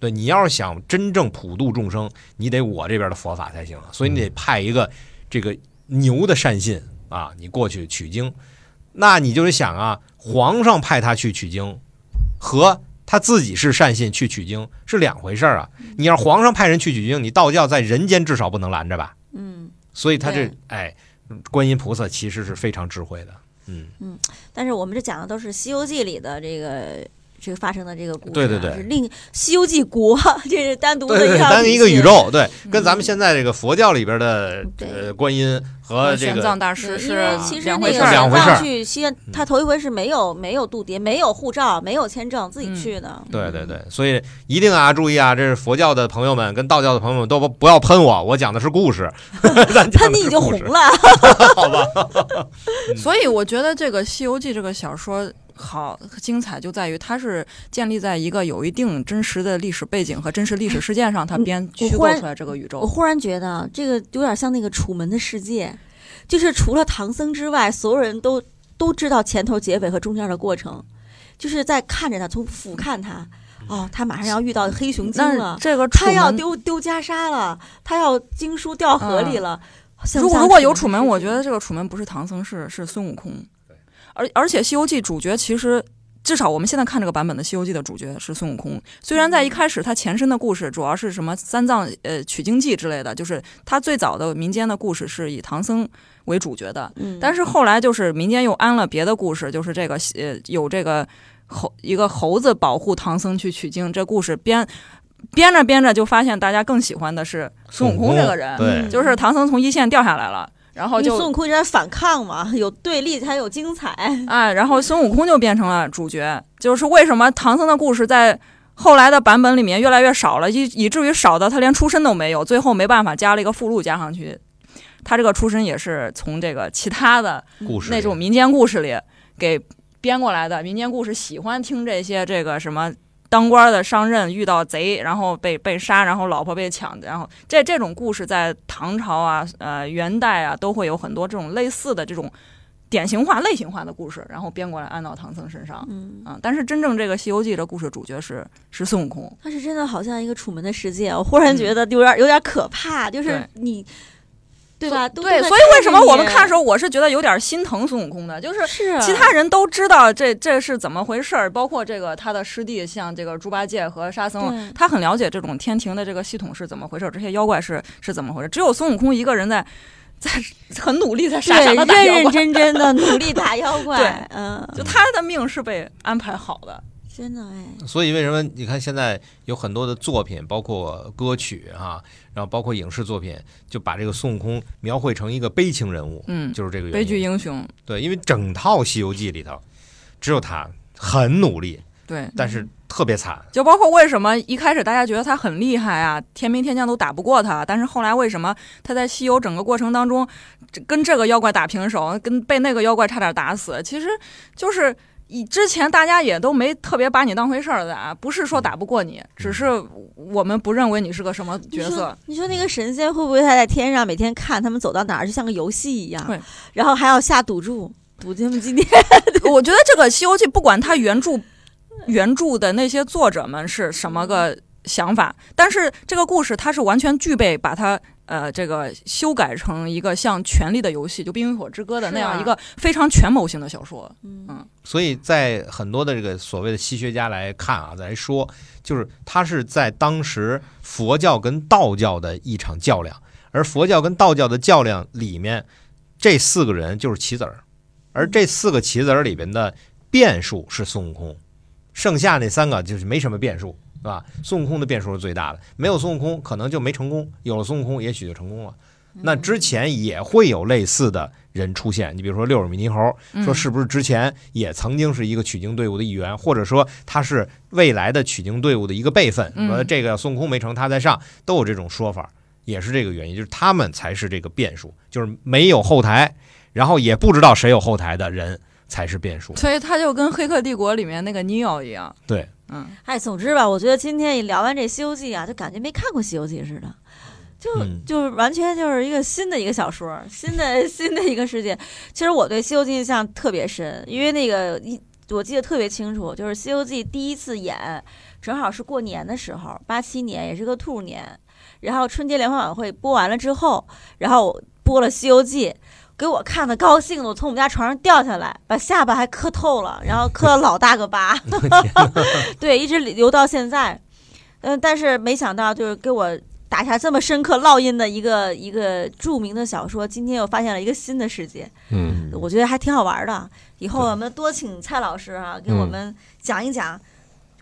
Speaker 1: 对，你要是想真正普度众生，你得我这边的佛法才行啊。所以你得派一个这个牛的善信啊，你过去取经。那你就是想啊，皇上派他去取经，和他自己是善信去取经是两回事儿啊。你要是皇上派人去取经，你道教在人间至少不能拦着吧？
Speaker 4: 嗯。
Speaker 1: 所以他这
Speaker 4: 对
Speaker 1: 哎，观音菩萨其实是非常智慧的。嗯，
Speaker 4: 但是我们这讲的都是《西游记》里的这个这个发生的这个故事、啊，
Speaker 1: 对对对
Speaker 4: 是另《西游记国》 (laughs) 这是单独的
Speaker 1: 对对，
Speaker 4: 套
Speaker 1: 单
Speaker 4: 体
Speaker 1: 一个
Speaker 4: 系
Speaker 1: 宇，宙，对，
Speaker 3: 嗯
Speaker 1: 跟咱们现在这个佛教里边的
Speaker 4: 对
Speaker 1: 呃观音和
Speaker 3: 和
Speaker 1: 这
Speaker 3: 玄
Speaker 1: 个
Speaker 3: 奘大师
Speaker 4: 对嗯因为
Speaker 3: 是啊
Speaker 4: 其实
Speaker 3: 两
Speaker 4: 那
Speaker 3: 回
Speaker 4: 个
Speaker 3: 事嗯
Speaker 1: 儿两
Speaker 4: 玄
Speaker 1: 回事儿
Speaker 4: 奘去西安，他头一回是没有没有渡牒、没有护照、没有签证，自己
Speaker 3: 嗯
Speaker 4: 去的。
Speaker 1: 对对对，所以一定啊，注意啊，这是佛教的朋友们跟道教的朋友们都不不要喷我，我讲的是故
Speaker 3: (laughs)
Speaker 1: 事，咱
Speaker 4: 他
Speaker 1: 讲的
Speaker 4: 你
Speaker 1: 是
Speaker 4: 就
Speaker 1: 故
Speaker 4: 红
Speaker 3: 哦
Speaker 1: 事，
Speaker 4: 了，
Speaker 1: 好吧？
Speaker 3: 所以我觉得这个《西游记》这个小说，好精彩就在于它是建立在一个有一定真实的历史背景和真实历史事件上，它
Speaker 4: 嗯
Speaker 3: 编
Speaker 4: 我
Speaker 3: 虚构
Speaker 4: 忽然
Speaker 3: 出来这个宇
Speaker 4: (laughs) 我
Speaker 3: 宙。
Speaker 4: 忽然觉得啊这个有点像那个《楚门的世界》，就是除了唐僧之外，所有人都都知道前头、结尾和中间的过程，就是在看着他，从俯瞰他。哦，他马上要遇到黑熊精
Speaker 3: 那
Speaker 4: 了，
Speaker 3: 这个楚
Speaker 4: 他
Speaker 3: 门
Speaker 4: 要丢丢袈裟了，他要经书掉河里了。像
Speaker 3: 嗯
Speaker 4: 不
Speaker 3: 如果
Speaker 4: 像
Speaker 3: 如果有
Speaker 4: 楚
Speaker 3: 楚
Speaker 4: 门
Speaker 3: 门，
Speaker 4: 的
Speaker 3: 我
Speaker 4: 世
Speaker 3: 觉
Speaker 4: 界
Speaker 3: 得这个楚门不是唐僧，是是孙悟空。而而且《西游记》主角其实。至少我们现在看这个版本的《西游记》的主角是孙悟空，虽然
Speaker 4: 嗯
Speaker 3: 在一开始他前身的故事主要是什么三藏呃取经记之类的，就是他最早的民间的故事是以唐僧为主角的，
Speaker 4: 嗯，
Speaker 3: 但
Speaker 4: 是
Speaker 3: 是后来就是民间又安了别的故事，就是这个呃有这个猴一个猴子保护唐僧去取经，这故事编编着编着就发现大家更喜欢的是孙悟空这个人，
Speaker 1: 对，
Speaker 3: 就是唐僧从一线掉下来了，然后
Speaker 4: 孙
Speaker 3: 哦就
Speaker 4: 悟空在反抗嘛，有对立才有精彩。
Speaker 3: 哎，然后孙悟空就变成了主角，就是为什么唐僧的故事在。后来的版本里面越来越少了，以以至于少到他连出身都没有，最后没办法加了一个附录加上去。他这个出身也是从这个其他的
Speaker 1: 故事
Speaker 3: 那种民间故事里给编过来的。民间故事喜欢听这些这个什么当官的上任遇到贼，然后被被杀，然后老婆被抢，然后这这种故事在唐朝啊、呃元代啊都会有很多这种类似的这种典型化、类型化的故事，然后编过来安到唐僧身上。
Speaker 4: 嗯，
Speaker 3: 啊、但是真正这个《西游记》这故事主角是是孙悟空，
Speaker 4: 但是真的好像一个《楚门的世界》，我忽然觉得有点有点可怕，就是
Speaker 3: 嗯对
Speaker 4: 你，对吧？都
Speaker 3: 对，
Speaker 4: 在
Speaker 3: 所以为什么我们看的时
Speaker 4: 候
Speaker 3: 候，我是觉得有点心疼孙悟空的，就是
Speaker 4: 是啊
Speaker 3: 其他人都知道这这是怎么回事儿，包括这个他的师弟，像这个猪八戒和沙僧
Speaker 4: 对，
Speaker 3: 他很了解这种天庭的这个系统是怎么回事儿，这些妖怪是是怎么回事儿。只有孙悟空一个人在 (laughs) 在很努力在傻傻的
Speaker 4: 对
Speaker 3: 打
Speaker 4: 认
Speaker 3: 妖
Speaker 4: 认
Speaker 3: 怪，
Speaker 4: 真
Speaker 3: (laughs)
Speaker 4: 真的努力打妖怪
Speaker 3: 对，
Speaker 4: 嗯，
Speaker 3: 就他的命是被安排好的。
Speaker 4: 真的哎，
Speaker 1: 所以为什么你看现在有很多的作品，包括歌曲啊，然后包括影视作品，就把这个孙悟空描绘成一个悲情人物，
Speaker 3: 嗯，
Speaker 1: 就是这个原因
Speaker 3: 悲剧英雄，
Speaker 1: 对，因为整套《西游记》里头，只有他很努力，
Speaker 3: 对。
Speaker 1: 但是特别惨。
Speaker 3: 就包括为什么一开始大家觉得他很厉害啊，天兵天将都打不过他，但是后来为什么他在西游整个过程当中，这跟这个妖怪打平手，跟被那个妖怪差点打死，其实就是以之前大家也都没特别把你当回事儿的啊，不是说打不过你，只是我们不认为你是个什么
Speaker 4: 你
Speaker 3: 角
Speaker 4: 说
Speaker 3: 色，
Speaker 4: 你说那个神仙会不会他在天上每天看他们走到哪儿，就像个游戏一
Speaker 3: 会
Speaker 4: 样，然后还要下赌注，赌他们今天
Speaker 3: (laughs) 我觉得这个《西游记》，不管它原著原著的那些作者们是什么个想法，但是这个故事它是完全具备把它。呃，这个修改成一个像《权力的游戏》就《冰与火之歌》的
Speaker 4: 是
Speaker 3: 那样
Speaker 4: 啊
Speaker 3: 一个非常权谋型的小说，
Speaker 1: 所以在很多的这个所谓的西学家来看啊，来说，就是他是在当时佛教跟道教的一场较量，而佛教跟道教的较量里面，这四个人就是棋子儿，而
Speaker 3: 嗯
Speaker 1: 这四个棋子儿里边的变数是孙悟空，剩下那三个就是没什么变数，是吧？孙悟空的变数是最大的，没有孙悟空可能就没成功，有了孙悟空也许就成功了。那
Speaker 3: 嗯
Speaker 1: 之前也会有类似的人出现，你比如说六耳猕猕猴，
Speaker 3: 嗯
Speaker 1: 说是不是之前也曾经是一个取经队伍的一员，或者说他是未来的取经队伍的一个备份？
Speaker 3: 嗯
Speaker 1: 说这个孙悟空没成，他在上，都有这种说法，也是这个原因，就是他们才是这个变数，就是没有后台，然后也不知道谁有后台的人才是变
Speaker 4: (laughs)
Speaker 1: 数。
Speaker 3: 所以它就跟《黑客帝国》里面那个尼奥一样，
Speaker 1: 对，
Speaker 2: (laughs)
Speaker 3: 嗯，
Speaker 4: 哎，总之吧，我觉得今天一聊完这《西游记》啊，就感觉没看过《西游记》似的，就、
Speaker 1: 嗯
Speaker 4: 就是完全就是一个新的一个小说，新的 (laughs) 新的一个世界。其实我对《西游记》印象特别深，因为那个一我记得特别清楚，就是《西游记》第一次演，正好是过年的时候，八七年也是个兔年，然后春节联欢晚会播完了之后，然后播了《西游记》。给我看的高兴的，我从我们家床上掉下来，把下巴还磕透了，然后磕了老大个疤。对，一直留到现在。嗯，但是没想到就是给我打下这么深刻烙印的一个一个著名的小说，今天又发现了一个新的世界，
Speaker 2: 嗯，
Speaker 4: 我觉得还挺好玩的。以后
Speaker 1: 对
Speaker 4: 我们多请蔡老师啊，给
Speaker 2: 嗯
Speaker 4: 我们讲一讲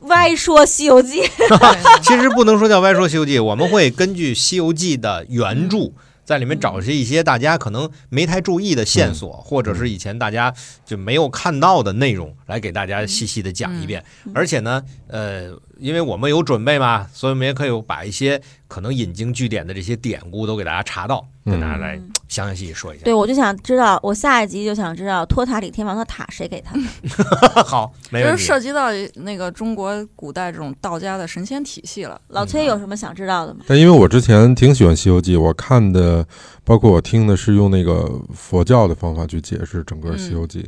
Speaker 4: 歪说《西游记》
Speaker 3: 对
Speaker 1: 其实不能说叫歪说《西游记》，我们会根据《西游记》的原著。在里面找些一些大家可能没太注意的线索，
Speaker 4: 嗯
Speaker 1: 或者是以前大家就没有看到的内容，来给大家细细的讲一遍。
Speaker 4: 嗯
Speaker 1: 而且呢，呃，因为我们有准备嘛，
Speaker 4: (laughs)
Speaker 1: 所以我们也可以把一些可能引经据典的这些典故都给大家查到，跟大家来
Speaker 4: 嗯
Speaker 1: 详详细细
Speaker 4: (laughs)
Speaker 1: 说一下。
Speaker 4: 对，我就想知道，我下一集就想知道托塔李天王的塔谁给
Speaker 2: (laughs)
Speaker 4: 他的？
Speaker 1: 好，没
Speaker 3: 就
Speaker 1: 问
Speaker 3: 是
Speaker 1: 题。
Speaker 3: 涉及到那个中国古代这种道家的神仙体系了。
Speaker 4: 老
Speaker 2: 嗯
Speaker 4: 崔有什么想知道的吗？
Speaker 2: 但因为我之前挺喜欢《西游记》，我看的，包括我听的是用那个佛教的方法去解释整个《西游记》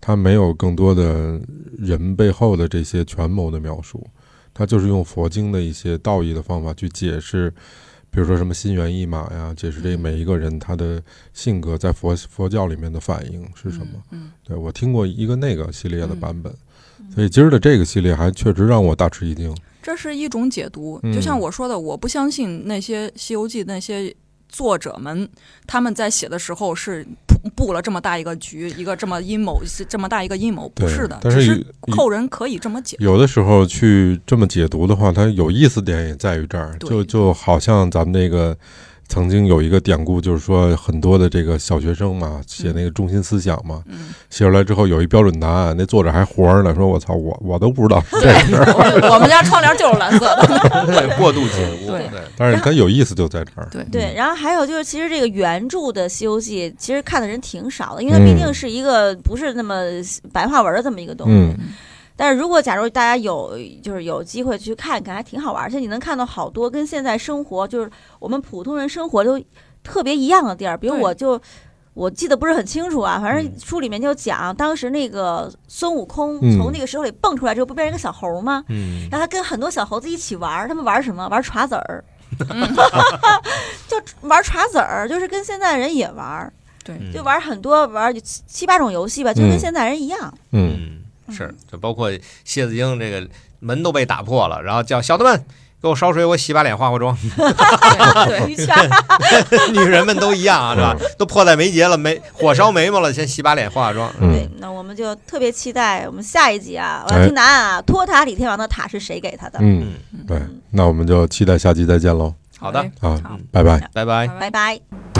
Speaker 2: 它没有更多的人背后的这些权谋的描述，它就是用佛经的一些道义的方法去解释，比如说什么心猿意马呀，解释这每一个人他的性格在佛佛教里面的反应是什么。
Speaker 3: 嗯？
Speaker 2: 对我听过一个那个系列的版本，所以今儿的这个系列还确实让我大吃一惊。
Speaker 3: 嗯，这是一种解读。
Speaker 2: 嗯
Speaker 3: 就像我说的，我不相信那些《西游记》那些作者们他们在写的时候是布布了这么大一个局，一个这么阴谋，是这么大一个阴谋，
Speaker 2: 对
Speaker 3: 不是的，
Speaker 2: 但是
Speaker 3: 只
Speaker 2: 有
Speaker 3: 是
Speaker 2: 有
Speaker 3: 后人可以这么解读。
Speaker 2: 有的时候去这么解读的话，它有意思点也在于这儿，
Speaker 3: 对
Speaker 2: 就就好像咱们那个曾经有一个典故，就是说很多的这个小学生嘛，写那个中心思想嘛，
Speaker 3: 嗯，
Speaker 2: 写出来之后有一标准答案，那作者还活着呢，说我操，我我都不知道是这
Speaker 3: 对
Speaker 2: 样，
Speaker 3: 我我们家窗帘就是蓝色的。
Speaker 5: 对过度解读，
Speaker 3: 对
Speaker 5: 对
Speaker 2: 但是它有意思就在这儿。
Speaker 3: 对
Speaker 4: 对，然后还有就是，其实这个原著的《西游记》其实看的人挺少的，因为它毕
Speaker 2: 嗯
Speaker 4: 竟是一个不是那么白话文的这么一个东西。
Speaker 2: 嗯，
Speaker 4: 但是如果假如大家有就是有机会去看看，还挺好玩儿，而且你能看到好多跟现在生活就是我们普通人生活都特别一样的地儿。比如
Speaker 3: 对
Speaker 4: 我就我记得不是很清楚啊，反
Speaker 1: 嗯
Speaker 4: 正书里面就讲，当时那个孙悟空
Speaker 2: 嗯
Speaker 4: 从那个石头里蹦出来之后，不变成一个小猴吗？
Speaker 1: 嗯，
Speaker 4: 然后他跟很多小猴子一起玩儿，他们玩儿什么？玩儿耍
Speaker 2: (laughs)
Speaker 4: 子儿，
Speaker 3: 嗯
Speaker 4: 就玩儿耍子儿，就是跟现在人也玩儿，
Speaker 1: 嗯
Speaker 4: 就玩儿很多玩儿七七八种游戏吧，就跟
Speaker 2: 嗯
Speaker 4: 现在人一样。
Speaker 2: 嗯，
Speaker 1: 嗯，是，就包括谢子英这个门都被打破了，然后叫小的们给我烧水，我洗把脸，化化妆。 (laughs)
Speaker 3: 对对
Speaker 4: 鱼圈
Speaker 1: 女人们都一样啊，是吧？都迫在眉睫了，眉火烧眉毛了，先洗把脸，化化妆。
Speaker 2: 嗯
Speaker 4: 对，那我们就特别期待我们下一集啊！我
Speaker 2: 哎
Speaker 4: 要听答案啊！托塔李天王的塔是谁给他的？
Speaker 2: 嗯，对，那我们就期待下期再见喽，
Speaker 1: 好的，
Speaker 3: 哎
Speaker 2: 啊
Speaker 3: 好，
Speaker 2: 拜拜。
Speaker 1: 拜拜。
Speaker 4: 拜拜。